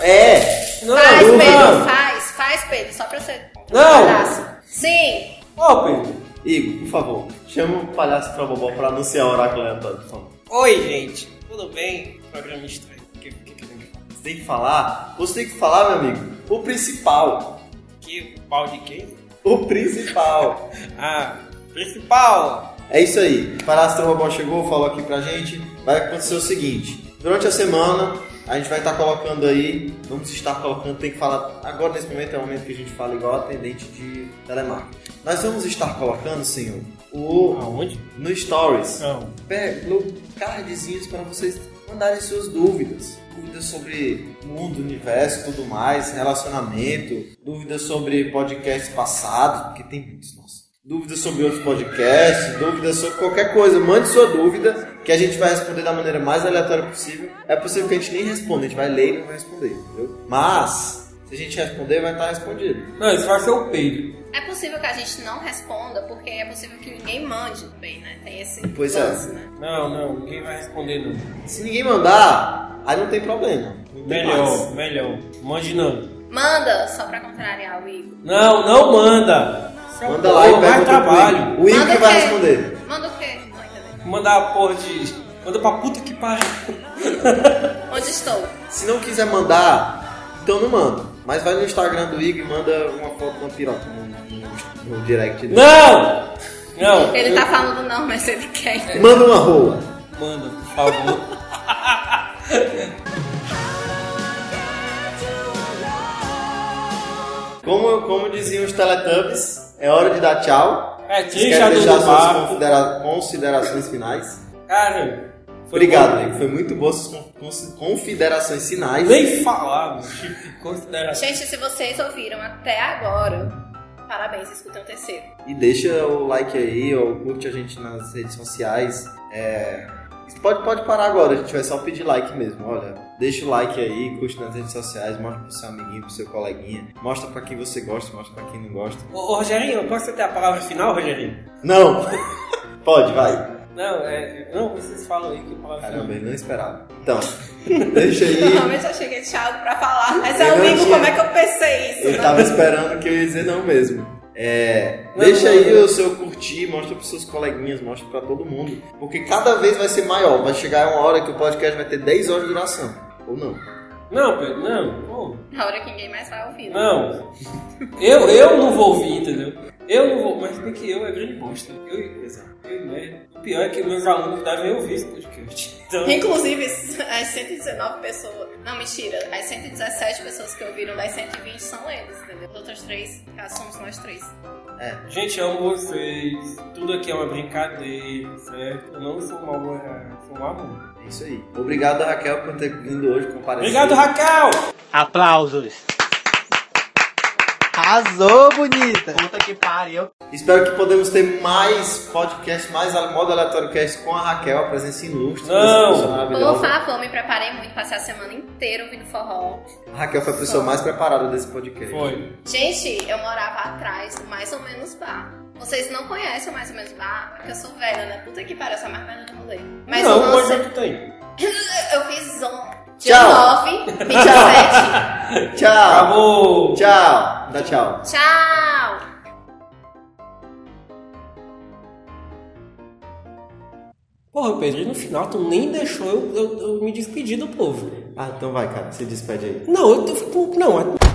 [SPEAKER 3] É!
[SPEAKER 4] Não,
[SPEAKER 5] Faz,
[SPEAKER 4] não.
[SPEAKER 5] Pedro, faz, faz, Pedro, só pra você.
[SPEAKER 4] Não.
[SPEAKER 5] Palhaço. Sim!
[SPEAKER 4] Ó, Pedro.
[SPEAKER 3] Igor, por favor, chama o palhaço pra bobó pra anunciar o oráculo aleatório, por favor.
[SPEAKER 4] Oi, gente. Tudo bem? Programa estranho. O que, o que, que eu tenho que falar?
[SPEAKER 3] Você tem que falar, você tem que falar, meu amigo, o principal.
[SPEAKER 4] Que pau de quem?
[SPEAKER 3] O principal.
[SPEAKER 4] Ah, principal.
[SPEAKER 3] é isso aí. Palhaço Trambobó chegou, falou aqui pra gente. Vai acontecer o seguinte: durante a semana, a gente vai estar colocando aí, vamos estar colocando, tem que falar. Agora nesse momento é o momento que a gente fala igual atendente de telemarketing. Nós vamos estar colocando, senhor, o.
[SPEAKER 4] Aonde?
[SPEAKER 3] No Stories.
[SPEAKER 4] Não.
[SPEAKER 3] Pega no cardzinhos para vocês mandarem suas dúvidas. Dúvidas sobre mundo, universo, tudo mais, relacionamento, dúvidas sobre podcasts passados, porque tem muitos, nossa. Dúvidas sobre outros podcasts, dúvidas sobre qualquer coisa, mande sua dúvida que a gente vai responder da maneira mais aleatória possível. É possível que a gente nem responda, a gente vai ler e não vai responder, entendeu? Mas, se a gente responder, vai estar respondido.
[SPEAKER 4] Não, isso vai ser o Pedro.
[SPEAKER 5] É possível que a gente não responda, porque é possível que ninguém mande também, né? Tem esse
[SPEAKER 3] Pois é.
[SPEAKER 5] lance, né?
[SPEAKER 4] Não, não, ninguém vai responder não.
[SPEAKER 3] Se ninguém mandar, aí não tem problema. Não tem mais.
[SPEAKER 4] Melhor, melhor. Mande não.
[SPEAKER 5] Manda, só pra contrariar o Igor.
[SPEAKER 4] Não, não manda.
[SPEAKER 3] Manda lá e
[SPEAKER 4] Pô, mais
[SPEAKER 3] pergunta pro
[SPEAKER 4] trabalho.
[SPEAKER 3] Igor. O Igor
[SPEAKER 5] Manda
[SPEAKER 3] que
[SPEAKER 5] o
[SPEAKER 3] vai
[SPEAKER 5] quê?
[SPEAKER 3] responder.
[SPEAKER 5] Manda o quê? Não, ainda bem.
[SPEAKER 4] Mandar a porra de. Manda pra puta que pariu.
[SPEAKER 5] Onde estou?
[SPEAKER 3] Se não quiser mandar, então não manda. Mas vai no Instagram do Igor e manda uma foto com uma piroca no, no- no direct dele.
[SPEAKER 4] Não! Não!
[SPEAKER 5] Ele tá falando não, mas ele quer.
[SPEAKER 3] Manda uma rola.
[SPEAKER 4] Manda, por favor.
[SPEAKER 3] Como, como diziam os Teletubbies, é hora de dar tchau.
[SPEAKER 4] É,
[SPEAKER 3] Vocês
[SPEAKER 4] trincha
[SPEAKER 3] querem
[SPEAKER 4] do
[SPEAKER 3] deixar suas
[SPEAKER 4] barco.
[SPEAKER 3] considera- considerações finais?
[SPEAKER 4] Cara, foi
[SPEAKER 3] Obrigado,
[SPEAKER 4] bom.
[SPEAKER 3] Igor. Foi muito boa suas con- cons- considerações finais.
[SPEAKER 4] Nem falar, bicho. Consideração.
[SPEAKER 5] Gente, se vocês ouviram até agora, parabéns, escutem o terceiro.
[SPEAKER 3] E deixa o like aí, ou curte a gente nas redes sociais. É, Pode, pode parar agora, a gente vai só pedir like mesmo. Olha, deixa o like aí, curte nas redes sociais, mostra pro seu amiguinho, pro seu coleguinha. Mostra pra quem você gosta, mostra pra quem não gosta.
[SPEAKER 4] Ô, ô, Rogerinho, posso ter a palavra final, Rogerinho?
[SPEAKER 3] Não! pode, vai.
[SPEAKER 4] Não, é. Não, vocês falam aí que a palavra final.
[SPEAKER 3] Caramba, eu não esperava. Então, deixa aí.
[SPEAKER 5] Normalmente eu cheguei de algo pra falar, mas
[SPEAKER 3] Eu
[SPEAKER 5] é o
[SPEAKER 3] não
[SPEAKER 5] Igor,
[SPEAKER 3] tinha.
[SPEAKER 5] como é que eu pensei isso?
[SPEAKER 3] Eu
[SPEAKER 5] né?
[SPEAKER 3] tava esperando que eu ia dizer não mesmo. É,
[SPEAKER 4] Não,
[SPEAKER 3] deixa
[SPEAKER 4] não,
[SPEAKER 3] aí
[SPEAKER 4] não.
[SPEAKER 3] o seu curtir, mostra pros seus coleguinhas, mostra pra todo mundo. Porque cada vez vai ser maior. Vai chegar uma hora que o podcast vai ter 10 horas de duração. Ou não.
[SPEAKER 4] Não, Pedro, não. Pô,
[SPEAKER 5] Na hora que ninguém mais vai ouvir. né?
[SPEAKER 4] não. Eu, eu não vou ouvir, entendeu? Eu não vou, mas bem que eu é grande bosta. Eu, exato, eu e merda. O pior é que meus alunos devem ouvir esse podcast. Então,
[SPEAKER 5] Inclusive, as 119 pessoas. Não, mentira. As 117 pessoas que ouviram das 120 são eles, entendeu? Os outros três, ah, somos nós três.
[SPEAKER 4] gente, eu amo vocês. Tudo aqui é uma brincadeira, certo? Eu não sou um mau errado, sou um amor.
[SPEAKER 3] É isso aí. Obrigado, Raquel, por ter vindo hoje comparecer.
[SPEAKER 4] Obrigado, Raquel!
[SPEAKER 11] Aplausos.
[SPEAKER 7] Arrasou, bonita.
[SPEAKER 11] Puta que pariu.
[SPEAKER 3] Espero que podemos ter mais podcast, mais modo aleatório cast com a Raquel, a presença ilustre.
[SPEAKER 4] Não.
[SPEAKER 3] dessa pessoa maravilhosa.
[SPEAKER 5] Por favor, me preparei muito, passei a semana inteira ouvindo forró.
[SPEAKER 3] A Raquel foi a pessoa mais preparada desse podcast.
[SPEAKER 4] Foi.
[SPEAKER 5] Gente, eu morava atrás do mais ou menos bar. Vocês não conhecem o mais ou menos bar, porque eu sou velha, né? Puta que pariu, eu sou a mais velha do rolê. Mas
[SPEAKER 4] não,
[SPEAKER 5] eu,
[SPEAKER 4] mas é
[SPEAKER 5] lancei...
[SPEAKER 4] que tem.
[SPEAKER 5] eu fiz um on...
[SPEAKER 3] Tchau.
[SPEAKER 5] 19, 27.
[SPEAKER 3] Tchau!
[SPEAKER 4] Acabou!
[SPEAKER 3] Tchau! Dá tchau!
[SPEAKER 5] Tchau!
[SPEAKER 4] Porra, Pedro, e no final tu nem deixou eu, eu- eu me despedir do povo.
[SPEAKER 3] Ah, então vai, cara, se despede aí.
[SPEAKER 4] Não, eu, eu fico. Não,